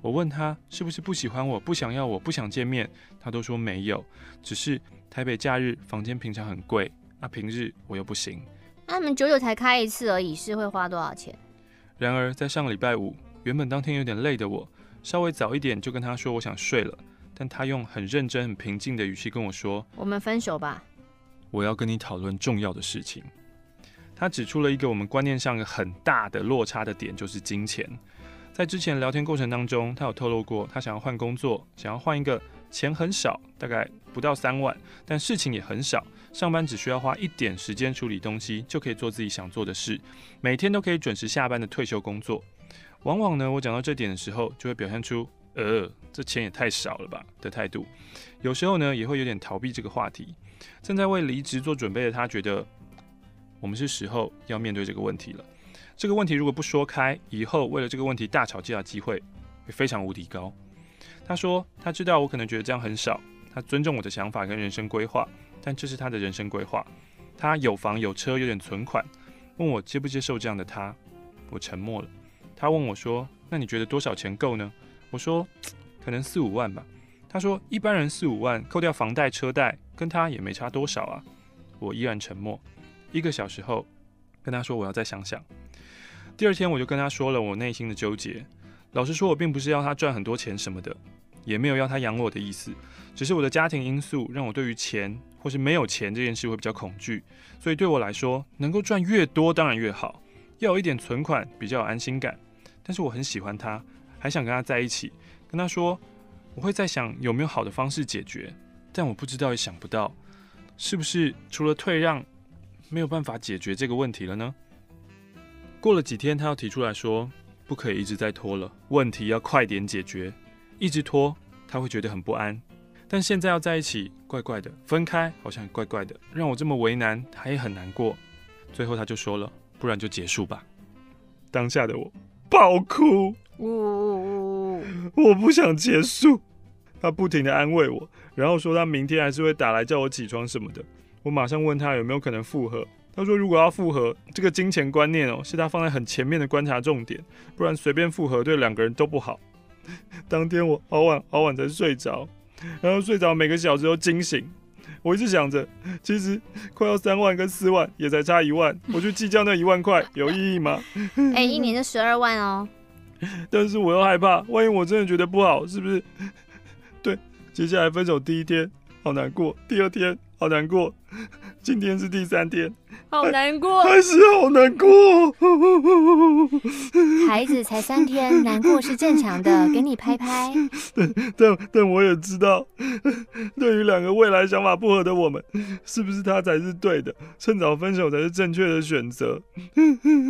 S2: 我问他是不是不喜欢我、不想要我、不想见面，他都说没有，只是台北假日房间平常很贵，啊平日我又不行。
S1: 那你们久久才开一次而已，是会花多少钱？
S2: 然而，在上个礼拜五，原本当天有点累的我，稍微早一点就跟他说我想睡了，但他用很认真、很平静的语气跟我说
S1: 我们分手吧。：“
S2: 我要跟你讨论重要的事情。”他指出了一个我们观念上很大的落差的点，就是金钱。在之前聊天过程当中，他有透露过他想要换工作，想要换一个钱很少，大概不到三万，但事情也很少，上班只需要花一点时间处理东西，就可以做自己想做的事，每天都可以准时下班的退休工作。往往呢，我讲到这点的时候，就会表现出“呃，这钱也太少了吧”的态度，有时候呢，也会有点逃避这个话题。正在为离职做准备的他，觉得我们是时候要面对这个问题了。这个问题如果不说开，以后为了这个问题大吵架的机会会非常无敌高。他说他知道我可能觉得这样很少，他尊重我的想法跟人生规划，但这是他的人生规划。他有房有车，有点存款，问我接不接受这样的他，我沉默了。他问我说：“那你觉得多少钱够呢？”我说：“嘖可能四五万吧。”他说：“一般人四五万，扣掉房贷、车贷，跟他也没差多少啊。”我依然沉默。一个小时后，跟他说我要再想想。第二天我就跟他说了我内心的纠结。老实说，我并不是要他赚很多钱什么的，也没有要他养我的意思，只是我的家庭因素让我对于钱或是没有钱这件事会比较恐惧，所以对我来说，能够赚越多当然越好，要有一点存款比较有安心感。但是我很喜欢他，还想跟他在一起，跟他说我会在想有没有好的方式解决，但我不知道也想不到，是不是除了退让，没有办法解决这个问题了呢？过了几天，他又提出来说，不可以一直在拖了，问题要快点解决，一直拖他会觉得很不安。但现在要在一起，怪怪的；分开好像也怪怪的，让我这么为难，他也很难过。最后他就说了，不然就结束吧。当下的我爆哭，
S1: 呜呜呜！
S2: 我不想结束。他不停的安慰我，然后说他明天还是会打来叫我起床什么的。我马上问他有没有可能复合，他说如果要复合，这个金钱观念哦是他放在很前面的观察重点，不然随便复合对两个人都不好。当天我好晚好晚才睡着，然后睡着每个小时都惊醒。我一直想着，其实快要三万跟四万也才差一万，我去计较那一万块有意义吗？
S1: 哎，一年就十二万哦。
S2: 但是我又害怕，万一我真的觉得不好，是不是？ 对，接下来分手第一天好难过，第二天好难过，今天是第三天，
S1: 好难过
S2: 还是好难过。
S1: 孩子才三天，难过是正常的，给你拍拍。
S2: 但但我也知道， 对于两个未来想法不合的我们，是不是他才是对的？趁早分手才是正确的选择。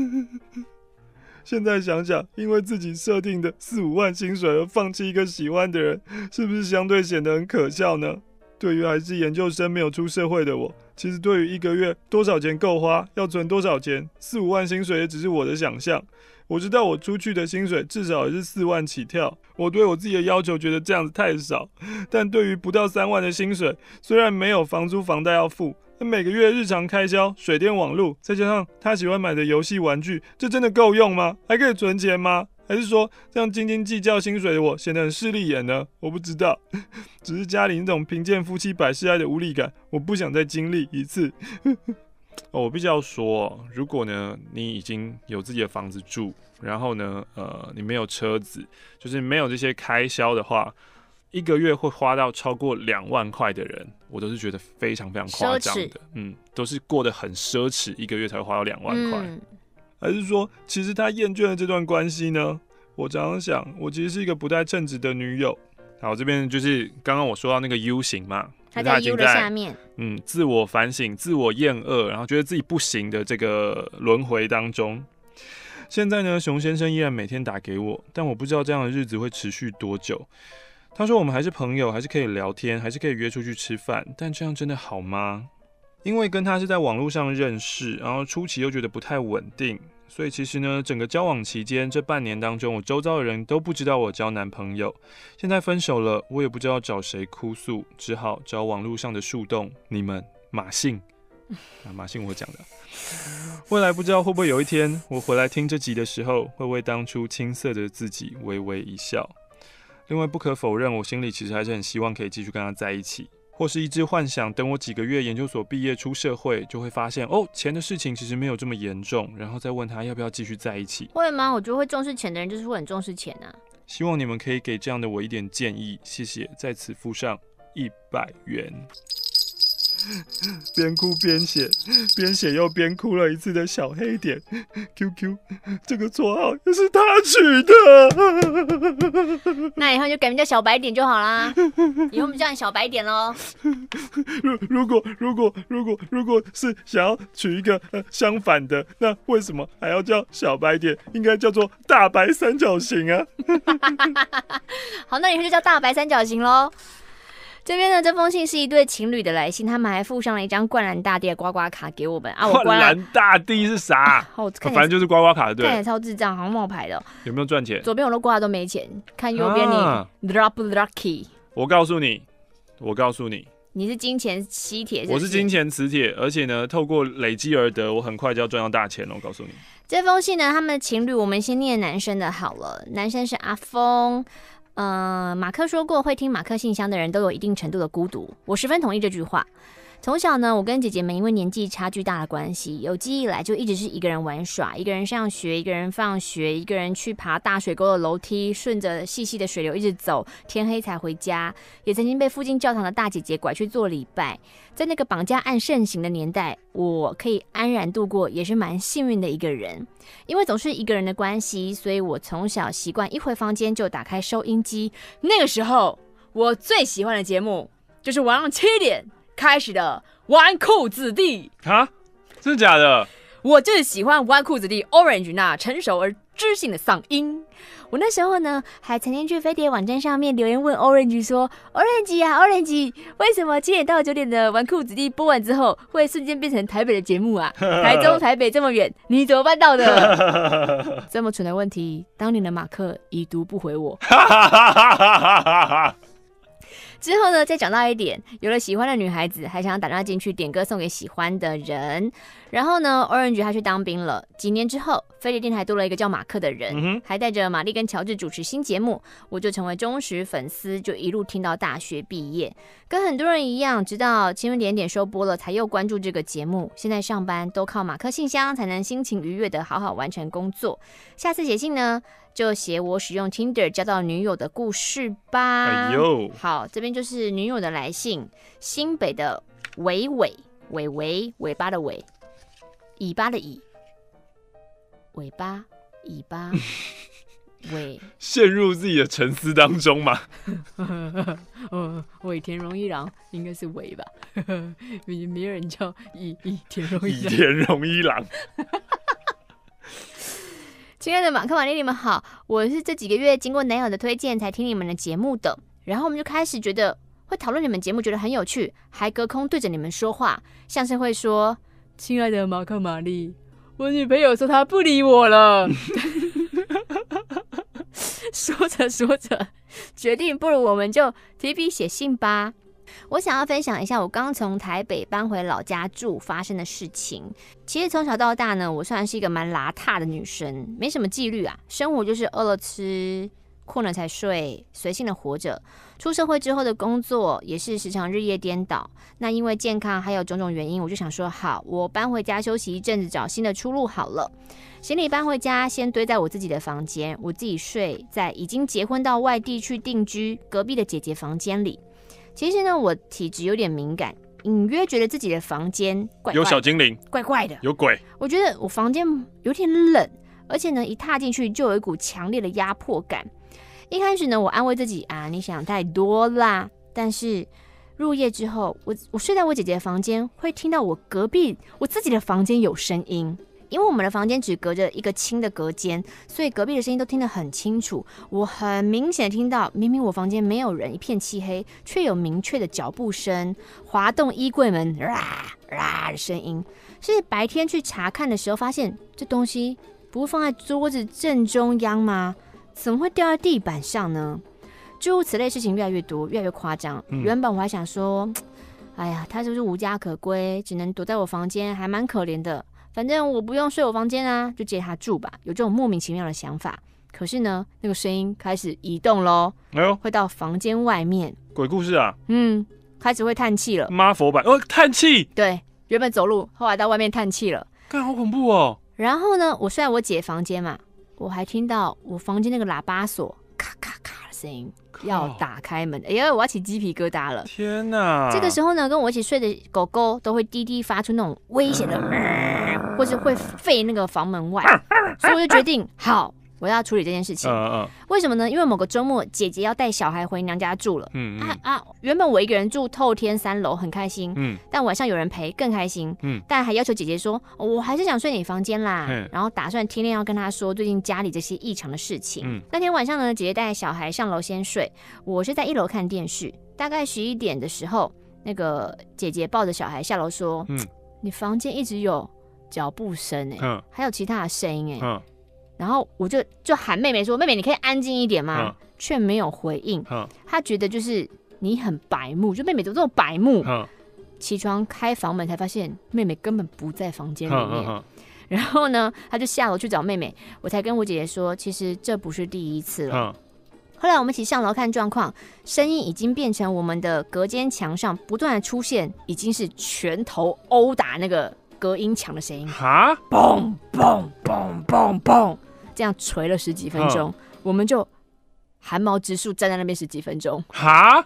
S2: 现在想想，因为自己设定的四五万薪水而放弃一个喜欢的人，是不是相对显得很可笑呢？对于还是研究生没有出社会的我，其实对于一个月多少钱够花，要存多少钱，四五万薪水也只是我的想象。我知道我出去的薪水至少也是四万起跳，我对我自己的要求觉得这样子太少，但对于不到三万的薪水，虽然没有房租房贷要付，但每个月日常开销、水电网路，再加上他喜欢买的游戏玩具，这真的够用吗？还可以存钱吗？还是说这样斤斤计较薪水的我显得很势利眼呢？我不知道，只是家里那种贫贱夫妻百事哀的无力感，我不想再经历一次。 哦，我必须要说哦，如果呢你已经有自己的房子住，然后呢，呃，你没有车子，就是没有这些开销的话，一个月会花到超过两万块的人，我都是觉得非常非常夸张
S1: 奢
S2: 的，嗯，都是过得很奢侈，一个月才会花到 两万块。
S1: 嗯，
S2: 还是说，其实他厌倦了这段关系呢？我常常想，我其实是一个不太称职的女友。好，这边就是刚刚我说到那个 U 型嘛，
S1: 他
S2: 就是
S1: 在
S2: 已经
S1: U 的下面，
S2: 嗯，自我反省、自我厌恶，然后觉得自己不行的这个轮回当中。现在呢，熊先生依然每天打给我，但我不知道这样的日子会持续多久。他说我们还是朋友，还是可以聊天，还是可以约出去吃饭，但这样真的好吗？因为跟他是在网络上认识，然后初期又觉得不太稳定，所以其实呢，整个交往期间这半年当中，我周遭的人都不知道我交男朋友。现在分手了，我也不知道找谁哭诉，只好找网络上的树洞，你们马信啊，马信我讲的。未来不知道会不会有一天，我回来听这集的时候，会为当初青涩的自己微微一笑。另外，不可否认，我心里其实还是很希望可以继续跟他在一起，或是一直幻想，等我几个月研究所毕业出社会，就会发现哦，钱的事情其实没有这么严重，然后再问他要不要继续在一起。
S1: 会吗？我觉得会重视钱的人就是会很重视钱啊。
S2: 希望你们可以给这样的我一点建议，谢谢，在此附上一百元。 边哭边写，边写又边哭了一次的小黑点，QQ，这个绰号是他取的。
S1: 那以后你就改名叫小白点就好啦，以后我们叫你小白点喽。
S2: 如如果如果如果如果是想要取一个、呃、相反的，那为什么还要叫小白点？应该叫做大白三角形啊。
S1: 好，那以后就叫大白三角形喽。这边呢，这封信是一对情侣的来信，他们还附上了一张灌篮大帝的刮刮卡给我们啊。我
S2: 灌
S1: 灌篮，
S2: 篮大帝是啥？
S1: 好，我看
S2: 反
S1: 起来
S2: 正就是刮刮卡，对
S1: 看起
S2: 不对，
S1: 来超智障，好像冒牌的哦、
S2: 有没有赚钱？
S1: 左边我都刮都没钱，看右边
S2: 啊
S1: 你 luck 不 lucky？
S2: 我告诉你，我告诉你，
S1: 你是金钱吸铁，
S2: 我是金
S1: 钱。
S2: 钱磁铁，而且呢，透过累积而得，我很快就要赚到大钱了。我告诉你，
S1: 这封信呢，他们情侣，我们先念男生的好了。男生是阿峰，嗯、马克说过，会听马克信箱的人都有一定程度的孤独，我十分同意这句话。从小呢，我跟姐姐们因为年纪差距大的关系，有记忆以来就一直是一个人玩耍，一个人上学，一个人放学，一个人去爬大水沟的楼梯，顺着细细的水流一直走，天黑才回家。也曾经被附近教堂的大姐姐拐去做礼拜，在那个绑架案盛行的年代，我可以安然度过，也是蛮幸运的一个人。因为总是一个人的关系，所以我从小习惯一回房间就打开收音机。那个时候，我最喜欢的节目就是晚上七点开始的《纨绔子弟》，
S2: 啊，真的假的？
S1: 我就是喜欢纨绔子弟 Orange 那成熟而知性的嗓音。我那时候呢，还曾经去飞碟网站上面留言问 Orange 说：“Orange 啊，Orange，为什么七点到九点的纨绔子弟播完之后，会瞬间变成台北的节目啊？台中、台北这么远，你怎么办到的？”这么蠢的问题，当年的马克已读不回我。之后呢，再长大一点，有了喜欢的女孩子，还想打电话进去点歌送给喜欢的人。然后呢，Orange 他去当兵了。几年之后，飞碟电台多了一个叫马克的人，
S2: 嗯哼
S1: 还带着玛丽跟乔治主持新节目，我就成为忠实粉丝，就一路听到大学毕业。跟很多人一样，直到《青春点点》收播了，才又关注这个节目。现在上班都靠马克信箱才能心情愉悦的好好完成工作。下次写信呢，就写我使用 Tinder 交到女友的故事吧。
S2: 哎呦，
S1: 好，这边就是女友的来信，新北的伟伟伟伟尾巴的尾，尾巴的尾，尾巴尾巴尾，
S2: 陷入自己的沉思当中嘛。
S1: 呃，尾田荣一郎应该是尾吧，没没有人叫乙乙田荣
S2: 倚田荣一郎，
S1: 亲爱的马克、玛丽，你们好，我是这几个月经过男友的推荐才听你们的节目的，然后我们就开始觉得会讨论你们节目，觉得很有趣，还隔空对着你们说话，像是会说：“亲爱的马克、玛丽，我女朋友说她不理我了。” 说着说着，决定不如我们就提笔写信吧。我想要分享一下我刚从台北搬回老家住发生的事情。其实从小到大呢，我算是一个蛮邋遢的女生，没什么纪律啊，生活就是饿了吃，困了才睡，随性的活着。出社会之后的工作也是时常日夜颠倒。那因为健康还有种种原因，我就想说，好，我搬回家休息一阵子，找新的出路好了。行李搬回家，先堆在我自己的房间，我自己睡在已经结婚到外地去定居隔壁的姐姐房间里。其实呢，我体质有点敏感，隐约觉得自己的房间怪怪
S2: 有小精灵，
S1: 怪怪的。
S2: 有鬼，
S1: 我觉得我房间有点冷，而且呢，一踏进去就有一股强烈的压迫感。一开始呢，我安慰自己啊，你想太多啦。但是入夜之后，我我睡在我姐姐的房间，会听到我隔壁我自己的房间有声音，因为我们的房间只隔着一个轻的隔间，所以隔壁的声音都听得很清楚。我很明显地听到，明明我房间没有人，一片漆黑，却有明确的脚步声、滑动衣柜门啦啦的声音。是白天去查看的时候发现，这东西不是放在桌子正中央吗？怎么会掉在地板上呢？诸如此类事情越来越多，越来越夸张。
S2: 嗯
S1: 原本我还想说，哎呀，他是不是无家可归，只能躲在我房间，还蛮可怜的。反正我不用睡我房间啊，就借他住吧。有这种莫名其妙的想法。可是呢，那个声音开始移动喽，
S2: 哎呦，
S1: 会到房间外面，
S2: 鬼故事啊，
S1: 嗯，开始会叹气了。
S2: 妈佛版，哦，叹气，
S1: 对，原本走路，后来到外面叹气了。
S2: 看好恐怖哦，
S1: 然后呢，我睡在我姐房间嘛，我还听到我房间那个喇叭锁咔咔咔的声音，要打开门。哎呀，我要起鸡皮疙瘩了。
S2: 天哪，
S1: 这个时候呢，跟我一起睡的狗狗都会滴滴发出那种危险的，
S2: 啊
S1: 呃或是会吠那个房门外，所以我就决定，好，我要处理这件事情。
S2: 啊嗯嗯
S1: 为什么呢？因为某个周末，姐姐要带小孩回娘家住了。
S2: 嗯
S1: 啊
S2: 嗯
S1: 啊！原本我一个人住透天三楼，很开心。
S2: 嗯，
S1: 但晚上有人陪更开心。
S2: 嗯
S1: 但还要求姐姐说，哦我还是想睡你房间啦
S2: 嘿。
S1: 然后打算天天要跟她说最近家里这些异常的事情。
S2: 嗯
S1: 那天晚上呢，姐姐带小孩上楼先睡，我是在一楼看电视。大概十一点的时候，那个姐姐抱着小孩下楼说：“
S2: 嗯
S1: 你房间一直有脚步声哎、
S2: 嗯
S1: 还有其他的声音哎、
S2: 嗯
S1: 然后我就就喊妹妹说：“妹妹，你可以安静一点吗
S2: 嗯？”
S1: 却没有回应。
S2: 嗯
S1: 她觉得就是你很白目，就妹妹怎么这么白目？
S2: 嗯
S1: 起床开房门才发现妹妹根本不在房间里面，
S2: 嗯
S1: 然后呢，她就下楼去找妹妹，我才跟我姐姐说，其实这不是第一次了。
S2: 嗯，
S1: 后来我们一起上楼看状况，声音已经变成我们的隔间墙上不断的出现，已经是拳头殴打那个隔音墙的声音，
S2: 哈，
S1: 嘣嘣嘣嘣嘣，这样捶了十几分钟，
S2: 嗯
S1: 我们就汗毛直竖站在那边十几分钟，
S2: 哈，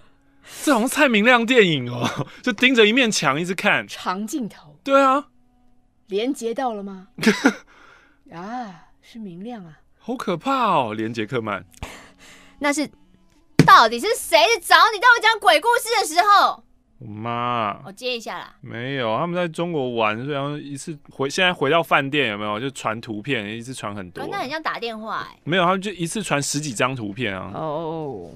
S2: 这好像蔡明亮电影哦， 就盯着一面墙一直看。
S1: 长镜头
S2: 对啊，
S1: 连接到了吗？ 啊，是明亮啊。
S2: 好可怕哦，连杰克曼。
S1: 那是到底是谁在找你？当我讲鬼故事的时候，
S2: 我妈
S1: 我接一下啦。
S2: 没有，他们在中国玩，所以然后一次回，现在回到饭店有没有？就传图片，一次传很多
S1: 哦，。那很像打电话哎、
S2: 没有，他们就一次传十几张图片啊。
S1: 哦。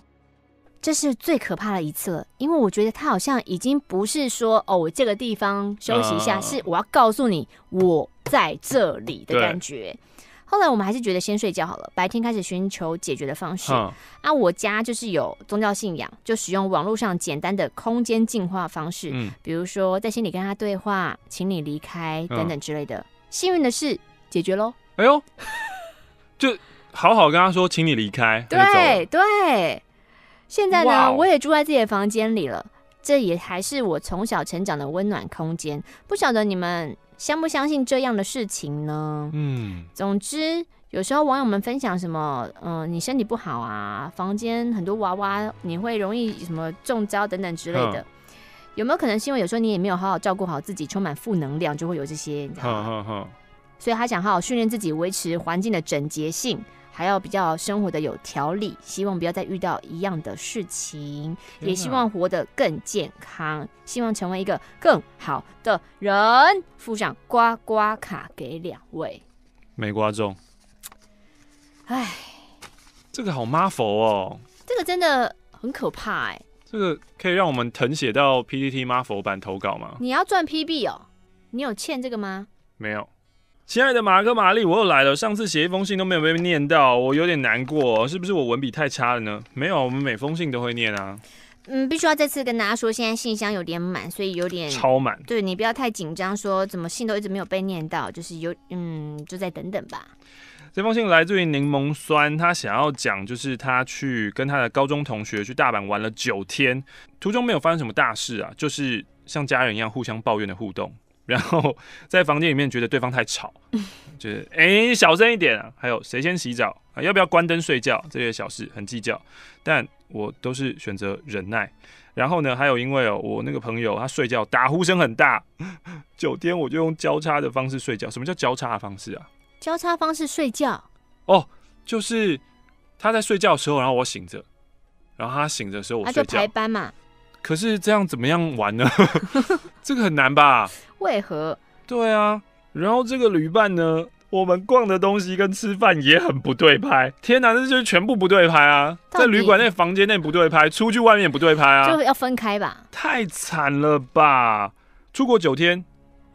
S1: 这是最可怕的一次了，因为我觉得他好像已经不是说哦，我这个地方休息一下，
S2: 嗯
S1: 是我要告诉你我在这里的感觉。后来我们还是觉得先睡觉好了，白天开始寻求解决的方式。
S2: 嗯
S1: 啊，我家就是有宗教信仰，就使用网络上简单的空间净化方式，
S2: 嗯
S1: 比如说在心里跟他对话，请你离开
S2: 嗯
S1: 等等之类的。幸运的是解决喽，
S2: 哎呦，就好好跟他说，请你离开。他就走了
S1: 对对。现在
S2: 哇
S1: 呢，
S2: 哦
S1: 我也住在自己的房间里了，这也还是我从小成长的温暖空间。不晓得你们相不相信这样的事情呢？
S2: 嗯，
S1: 总之，有时候网友们分享什么，嗯、你身体不好啊，房间很多娃娃，你会容易什么中招等等之类的。有没有可能是因为有时候你也没有好好照顾好自己，充满负能量，就会有这些？你知道
S2: 好
S1: 吗？
S2: 好好，
S1: 所以他想好好训练自己，维持环境的整洁性，还要比较生活的有条理，希望不要再遇到一样的事情，也希望活得更健康，希望成为一个更好的人。附上刮刮卡给两位。
S2: 没刮中。
S1: 唉，
S2: 这个好妈佛哦，
S1: 这个真的很可怕哎、
S2: 这个可以让我们誊写到 PPT 妈佛版投稿吗？
S1: 你要赚 PB 哦，你有欠这个吗？
S2: 没有。亲爱的马哥、玛丽，我又来了。上次写一封信都没有被念到，我有点难过，是不是我文笔太差了呢？没有，我们每封信都会念啊，
S1: 嗯，必须要再次跟大家说，现在信箱有点满，所以有点。
S2: 超满。
S1: 对你不要太紧张，说怎么信都一直没有被念到，就是有嗯，就再等等吧。
S2: 这封信来自于柠檬酸，他想要讲就是他去跟他的高中同学去大阪玩了九天，途中没有发生什么大事啊，就是像家人一样互相抱怨的互动，然后在房间里面觉得对方太吵，就是哎、诶小声一点啊，还有谁先洗澡啊，要不要关灯睡觉这些小事很计较，但我都是选择忍耐。然后呢，还有因为哦，我那个朋友他睡觉打呼声很大，九天我就用交叉的方式睡觉。什么叫交叉的方式啊？
S1: 交叉方式睡觉，
S2: 就是他在睡觉的时候，然后我醒着，然后他醒着的时候
S1: 他、
S2: 我
S1: 啊就
S2: 睡觉
S1: 排。班嘛？
S2: 可 是这样怎么样玩呢？这个很难吧？
S1: 为何？
S2: 对啊。然后这个旅伴呢，我们逛的东西跟吃饭也很不对拍。天哪，这就是全部不对拍啊！
S1: 到底
S2: 在旅馆内、房间内不对拍，出去外面也不对拍啊
S1: 就，要分开吧。
S2: 太惨了吧！出国九天，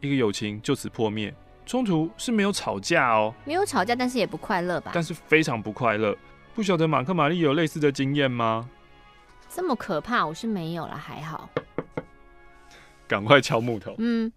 S2: 一个友情就此破灭，冲突是没有吵架哦，
S1: 没有吵架，但是也不快乐吧？
S2: 但是非常不快乐。不晓得马克玛丽有类似的经验吗？
S1: 这么可怕，我是没有了，还好。
S2: 赶快敲木头。
S1: 嗯。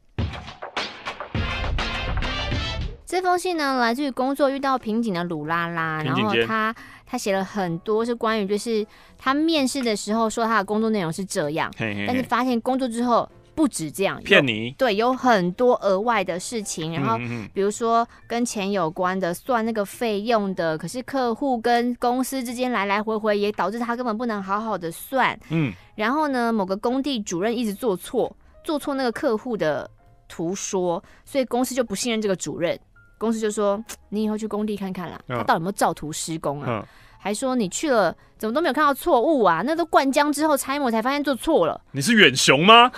S1: 这封信呢，来自于工作遇到瓶颈的鲁拉拉，
S2: 瓶
S1: 然
S2: 颈
S1: 后
S2: 间
S1: 他他写了很多是关于就是他面试的时候说他的工作内容是这样，
S2: 嘿嘿
S1: 但是
S2: 嘿，
S1: 发现工作之后不止这样，
S2: 骗
S1: 有
S2: 你。
S1: 对，有很多额外的事情，然后
S2: 嗯嗯嗯
S1: 比如说跟钱有关的，算那个费用的，可是客户跟公司之间来来回回，也导致他根本不能好好的算。
S2: 嗯，
S1: 然后呢，某个工地主任一直做错，做错那个客户的图说，所以公司就不信任这个主任。公司就说 你以后去工地看看啦，
S2: 嗯
S1: 他到底有没有照图施工啊？
S2: 嗯
S1: 还说你去了怎么都没有看到错误啊？那都灌浆之后拆模才发现做错了
S2: 你是远雄吗？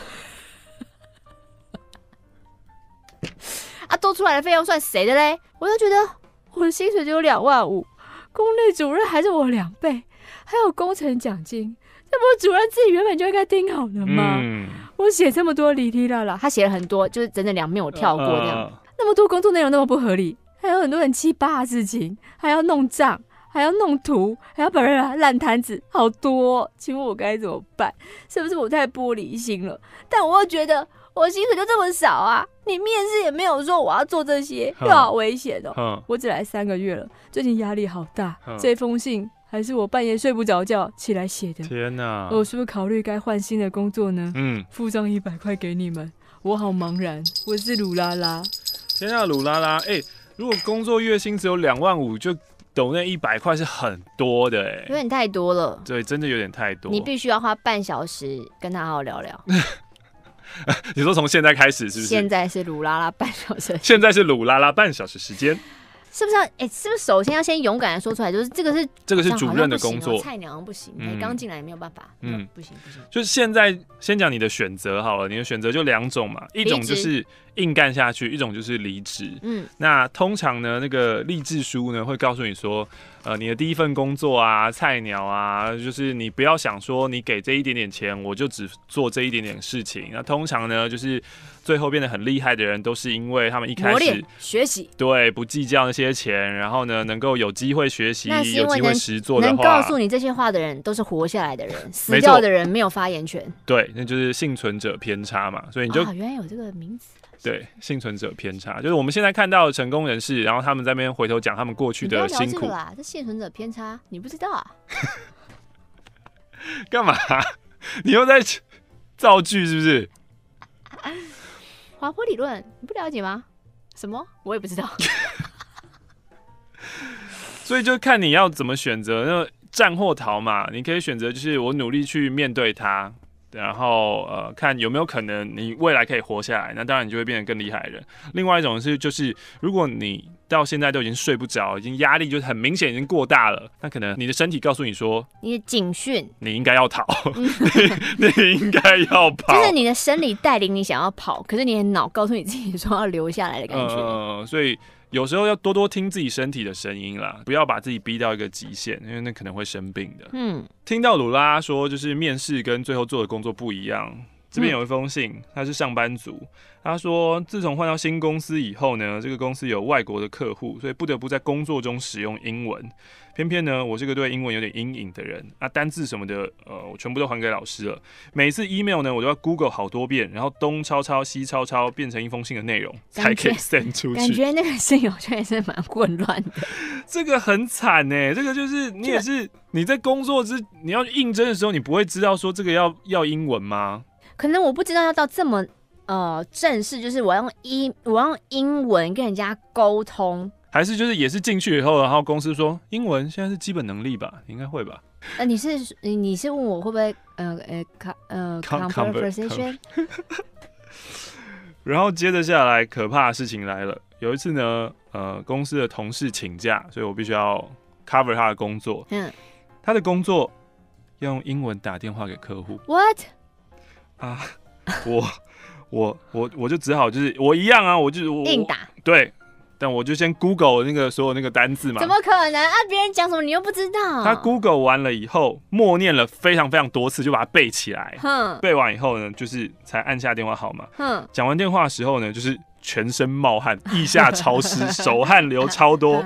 S1: 啊！多出来的费用算谁的嘞？我就觉得我的薪水只有两万五，工地主任还是我两倍，还有工程奖金，这不是主任自己原本就应该盯好的吗？
S2: 嗯，
S1: 我写这么多哩哩啦啦，他写了很多，就是整整两面我跳过这样。
S2: 呃
S1: 那么多工作内容那么不合理，还有很多很七八的事情，还要弄账，还要弄图，还要把人烂摊子，好多哦、请问我该怎么办？是不是我太玻璃心了？但我又觉得我薪水就这么少啊，你面试也没有说我要做这些，
S2: 哼
S1: 又好危险哦。
S2: 嗯，
S1: 我只来三个月了，最近压力好大
S2: 哼。
S1: 这封信还是我半夜睡不着觉起来写的。
S2: 天哪，
S1: 我是不是考虑该换新的工作呢？
S2: 嗯，
S1: 付上一百块给你们，我好茫然。我是鲁拉拉，
S2: 天哪，鲁拉拉，哎、如果工作月薪只有两万五，就抖那一百块是很多的、
S1: 有
S2: 哎，
S1: 点太多了。
S2: 对，真的有点太多。
S1: 你必须要花半小时跟他好好聊聊。
S2: 你说从现在开始是不
S1: 现
S2: 是？
S1: 在是鲁拉拉半小时，
S2: 现在是鲁拉拉半小时时间，
S1: 是不是要？哎、是不是首先要先勇敢的说出来？就是这个是
S2: 这个是
S1: 这样
S2: 主
S1: 好像
S2: 任的
S1: 不行
S2: 工
S1: 哦
S2: 作。
S1: 菜鸟好像不行，
S2: 嗯
S1: 你刚进来也没有办法，
S2: 嗯
S1: 嗯，不行不行。
S2: 就是现在先讲你的选择好了，你的选择就两种嘛，一种
S1: 离
S2: 就
S1: 职
S2: 是硬干下去，一种就是离职。
S1: 嗯，
S2: 那通常呢，那个励志书呢会告诉你说，呃，你的第一份工作啊，菜鸟啊，就是你不要想说你给这一点点钱，我就只做这一点点事情。那通常呢，就是最后变得很厉害的人，都是因为他们一开
S1: 嗯磨
S2: 始
S1: 练学习，
S2: 对不计较那些钱，然后呢，能够有机会学习，
S1: 那是因
S2: 有
S1: 为
S2: 机会
S1: 能
S2: 实做的
S1: 能
S2: 话
S1: 告，诉你这些话的人都是活下来的 人，死
S2: 没错
S1: 掉的人没有发言权。
S2: 对，那就是幸存者偏差嘛。所以你就
S1: 啊，原来有这个名字，
S2: 对幸存者偏差，就是我们现在看到的成功人士，然后他们在那边回头讲他们过去
S1: 你不要
S2: 的
S1: 聊
S2: 辛
S1: 这个
S2: 苦，
S1: 啦，这幸存者偏差，你不知道啊？
S2: 干嘛？ 你又在造句是不是？
S1: 滑坡理论你不了解吗？什么？我也不知道。
S2: 所以就看你要怎么选择，那战或逃嘛。你可以选择就是我努力去面对它，然后呃看有没有可能你未来可以活下来，那当然你就会变得更厉害的人。另外一种是就是如果你到现在都已经睡不着，已经压力就是很明显已经过大了，那可能你的身体告诉你说
S1: 你的警讯
S2: 你应该要逃，你 你应该要跑，
S1: 就是你的生理带领你想要跑，可是你的脑告诉你自己说要留下来的感觉。
S2: 呃，所以有时候要多多听自己身体的声音啦，不要把自己逼到一个极限，因为那可能会生病的。
S1: 嗯，
S2: 听到鲁拉说，就是面试跟最后做的工作不一样。这边有一封信，他是上班族，他说自从换到新公司以后呢，这个公司有外国的客户，所以不得不在工作中使用英文。偏偏呢，我是个对英文有点阴影的人啊，单字什么的，呃，我全部都还给老师了。每次 email 呢，我都要 Google 好多遍，然后东抄抄西抄抄，变成一封信的内容，才
S1: 感
S2: 可
S1: 觉
S2: 以 send 出
S1: 感
S2: 去。
S1: 觉那个信友圈也是蛮混乱的。
S2: 这个很惨呢、这个就是你也是你在工作之你要应征的时候，你不会知道说这个要要英文吗？
S1: 可能我不知道要到这么呃正式，就是我要用英我要用英文跟人家沟通。
S2: 还是就是也是进去以后，然后公司说英文现在是基本能力吧，应该会吧？
S1: 呃，你是你你是问我会不会呃呃 co- 呃
S2: Con-
S1: conversation？
S2: 然后接着下来可怕的事情来了，有一次呢，呃，公司的同事请假，所以我必须要 cover 他的工作，
S1: 嗯
S2: 他的工作要用英文打电话给客户
S1: ，what？
S2: 啊，我我我我就只好就是我一样啊，我就是我
S1: 硬打，
S2: 对，但我就先 Google 那个所有那个单字嘛
S1: 怎。么可能啊？别人讲什么你又不知道？
S2: 他 Google 完了以后，默念了非常非常多次，就把它背起 来。
S1: 哼
S2: 背完以后呢，就是才按下电话号码。
S1: 哼，
S2: 讲完电话的时候呢，就是全身冒汗，腋下 潮湿，手汗流超多。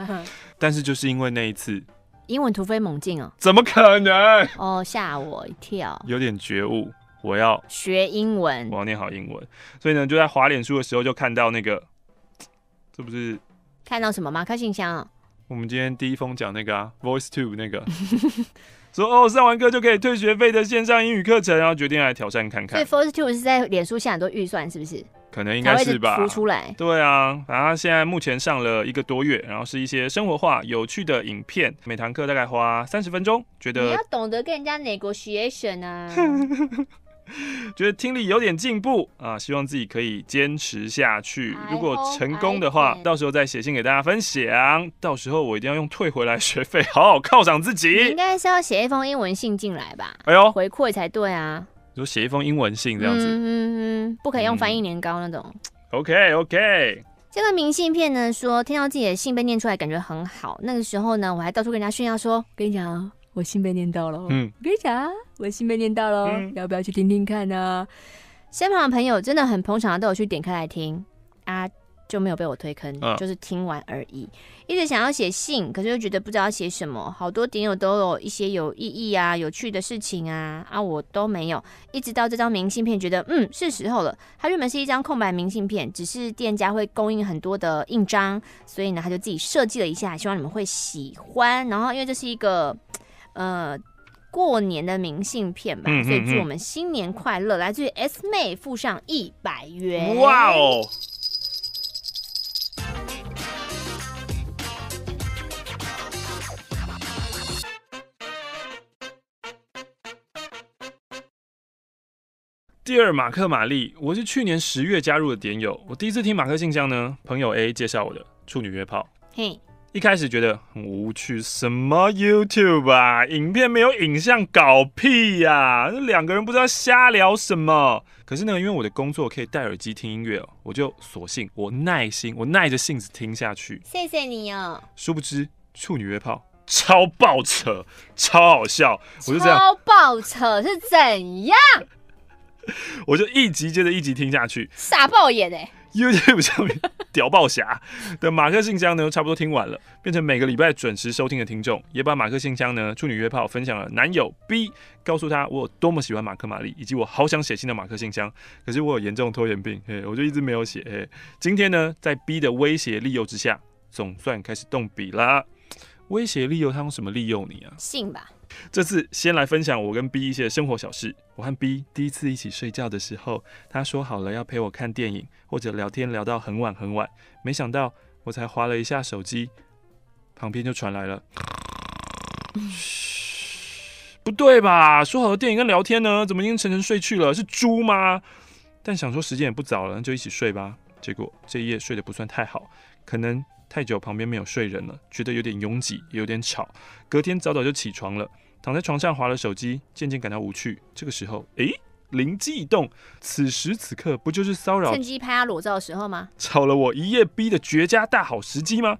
S2: 但是就是因为那一次，
S1: 英文突飞猛进哦，
S2: 怎么可能？
S1: 哦吓我一跳。
S2: 有点觉悟，我要
S1: 学英文
S2: 我要念好英文。所以呢，就在滑脸书的时候就看到那个，这不是
S1: 看到什么吗？看信箱哦。
S2: 我们今天第一封讲那个啊，Voice Two 那个，说哦上完课就可以退学费的线上英语课程，然后决定来挑战看
S1: 所以
S2: 看，
S1: Force Two 是在脸书下很多预算，是不是？
S2: 可能应
S1: 才
S2: 该
S1: 会
S2: 是吧
S1: 浮。出来。
S2: 对啊，然后他现在目前上了一个多月，然后是一些生活化、有趣的影片，每堂课大概花三十分钟，觉
S1: 你
S2: 得
S1: 要懂得跟人家 negotiation 啊。
S2: 觉得听力有点进步啊，希望自己可以坚持下去
S1: I。
S2: 如果
S1: hope
S2: 成功的
S1: I
S2: 话
S1: can，
S2: 到时候再写信给大家分享。到时候我一定要用退回来学费好好犒赏自
S1: 你应
S2: 己。
S1: 该是要写一封英文信进来吧，
S2: 哎呦，
S1: 回馈才对啊。
S2: 你说写一封英文信这样子、嗯
S1: 嗯嗯嗯，不可以用翻译年糕那种。
S2: o k OK，
S1: 这个明信片呢，说听到自己的信被念出来，感觉很好。那个时候呢，我还到处跟人家炫耀说：“跟你讲啊，我信被念到了。”
S2: 嗯
S1: 我跟你讲啊，我信被念到了，
S2: 嗯
S1: 要不要去听听看呢、身旁的朋友真的很捧场，都有去点开来听啊，就没有被我推坑，
S2: 嗯
S1: 就是听完而已。一直想要写信，可是又觉得不知道写什么，好多点友都有一些有意义啊、有趣的事情啊啊，我都没有。一直到这张明信片，觉得嗯是时候了。它原本是一张空白明信片，只是店家会供应很多的印章，所以呢，他就自己设计了一下，希望你们会喜欢。然后因为这是一个呃过年的明信片吧，
S2: 嗯
S1: 所以
S2: 嗯
S1: 祝
S2: 嗯
S1: 我们新年快乐。来自于 S 妹，附上一百元。
S2: 哇哦，第二，马克玛丽，我是去年十月加入的点友。我第一次听马克信箱呢，朋友 A 介绍我的处女约炮。
S1: 嘿，
S2: 一开始觉得很无趣，什么 YouTube 啊，影片没有影像，搞屁呀、那两个人不知道瞎聊什么。可是呢，因为我的工作可以戴耳机听音乐哦，我就索性我耐心，我耐着性子听下去。
S1: 谢谢你哦，
S2: 殊不知，处女约炮超爆扯，超好笑，我就这样
S1: 超爆扯是怎样？
S2: 我就一集接着一集听下去。
S1: 傻爆眼哎、
S2: YouTube 上面屌爆侠的马克信箱呢，差不多听完了，变成每个礼拜准时收听的听众，也把马克信箱呢处女约炮分享了男友 B，告诉他我有多么喜欢马克玛丽，以及我好想写信的马克信箱，可是我有严重拖延病，嘿，我就一直没有写。嘿，今天呢，在 B 的威胁利诱之下，总算开始动笔啦。威胁利诱他用什么利诱你啊？
S1: 信吧，
S2: 这次先来分享我跟 B 一些生活小事。我和 B 第一次一起睡觉的时候，他说好了要陪我看电影或者聊天，聊到很晚很晚。没想到我才划了一下手机，旁边就传来了。嘘不对吧？说好的电影跟聊天呢，怎么已经沉沉睡去了？是猪吗？但想说时间也不早了，那就一起睡吧。结果这一夜睡得不算太好，可能太久旁边没有睡人了，觉得有点拥挤，也有点吵。隔天早早就起床了，躺在床上划了手机，渐渐感到无趣。这个时候，诶，灵机一动，此时此刻不就是骚扰
S1: 趁机拍他裸照的时候吗？
S2: 吵了我一夜逼的绝佳大好时机吗？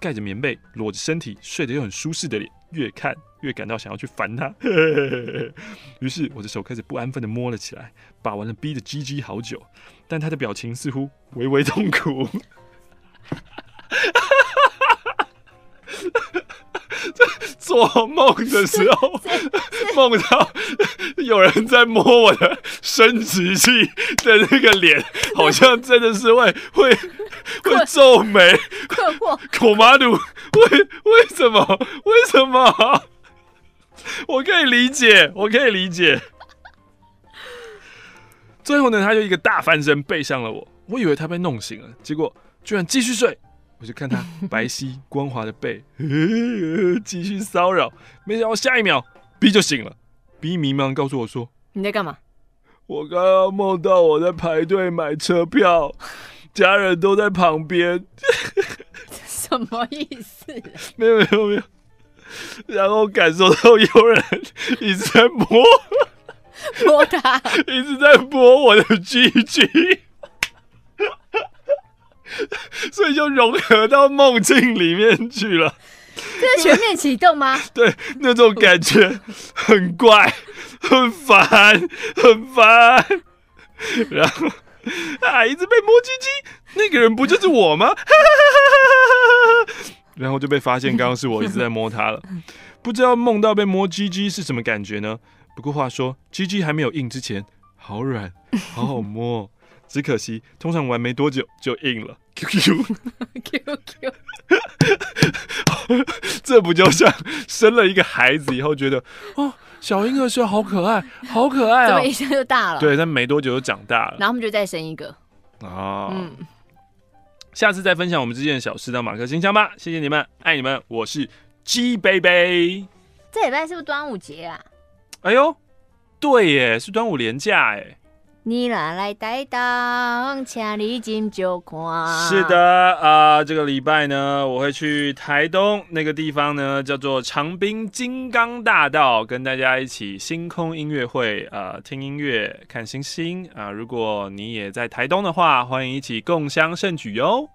S2: 盖着棉被，裸着身体，睡得又很舒适的脸，越看越感到想要去烦他。 于是我的手开始不安分的摸了起来，把玩了 B 的 GG 好久，但他的表情似乎微微痛苦。 做梦的时候，梦到有人在摸我的生殖器的那个脸， 好像真的是会会会皱眉，
S1: 困惑，
S2: 恐马鲁，为为什么？为什么？我可以理解，我可以理解。最后呢，他就一个大翻身背向了我，我以为他被弄醒了，结果居然继续睡。我就 看他白皙光滑的背，继续骚扰。没想到下一秒，B 就醒了。B 迷茫告诉我说：“
S1: 你在干嘛？
S2: 我刚刚梦到我在排队买车票， 家人都在旁边，
S1: 什么意思？
S2: 没有没有没有。然后感受到有人一直在摸，
S1: 摸他，
S2: 一直在播我的 GG，所以就融合到梦境里面去了。
S1: 这是全面启动吗？
S2: 对，那种感觉很怪， 很烦，很烦。然后啊，一直被摸鸡鸡，那个人不就是我吗？哈哈哈哈哈哈然后就被发现刚刚是我一直在摸他了。不知道梦到被摸鸡鸡是什么感觉呢？不过话说，鸡鸡还没有硬之前，好软，好好摸哦。只可惜，通常玩没多久就硬了。QQ，
S1: Q Q，
S2: 这不就像生了一个孩子以后觉得，哦，小婴儿时候好可爱，好可爱
S1: 怎
S2: 啊、
S1: 么一下就大了？，
S2: 对，但没多久就长大了
S1: 然后我们就再生一个。
S2: 啊。
S1: 嗯，
S7: 哦下次再分享我们之间的小事到马克信箱吧。谢谢你们，爱你们，我是鸡贝贝。
S1: 这礼拜是不是端午节啊？
S7: 哎呦，对耶，是端午连假哎。
S1: 你哪来带当，请你进酒看。
S7: 是，的，啊、这个礼拜呢，我会去台东那个地方呢，叫做长滨金刚大道，跟大家一起星空音乐会，呃，听音乐，看星星啊、如果你也在台东的话，欢迎一起共襄盛举哟。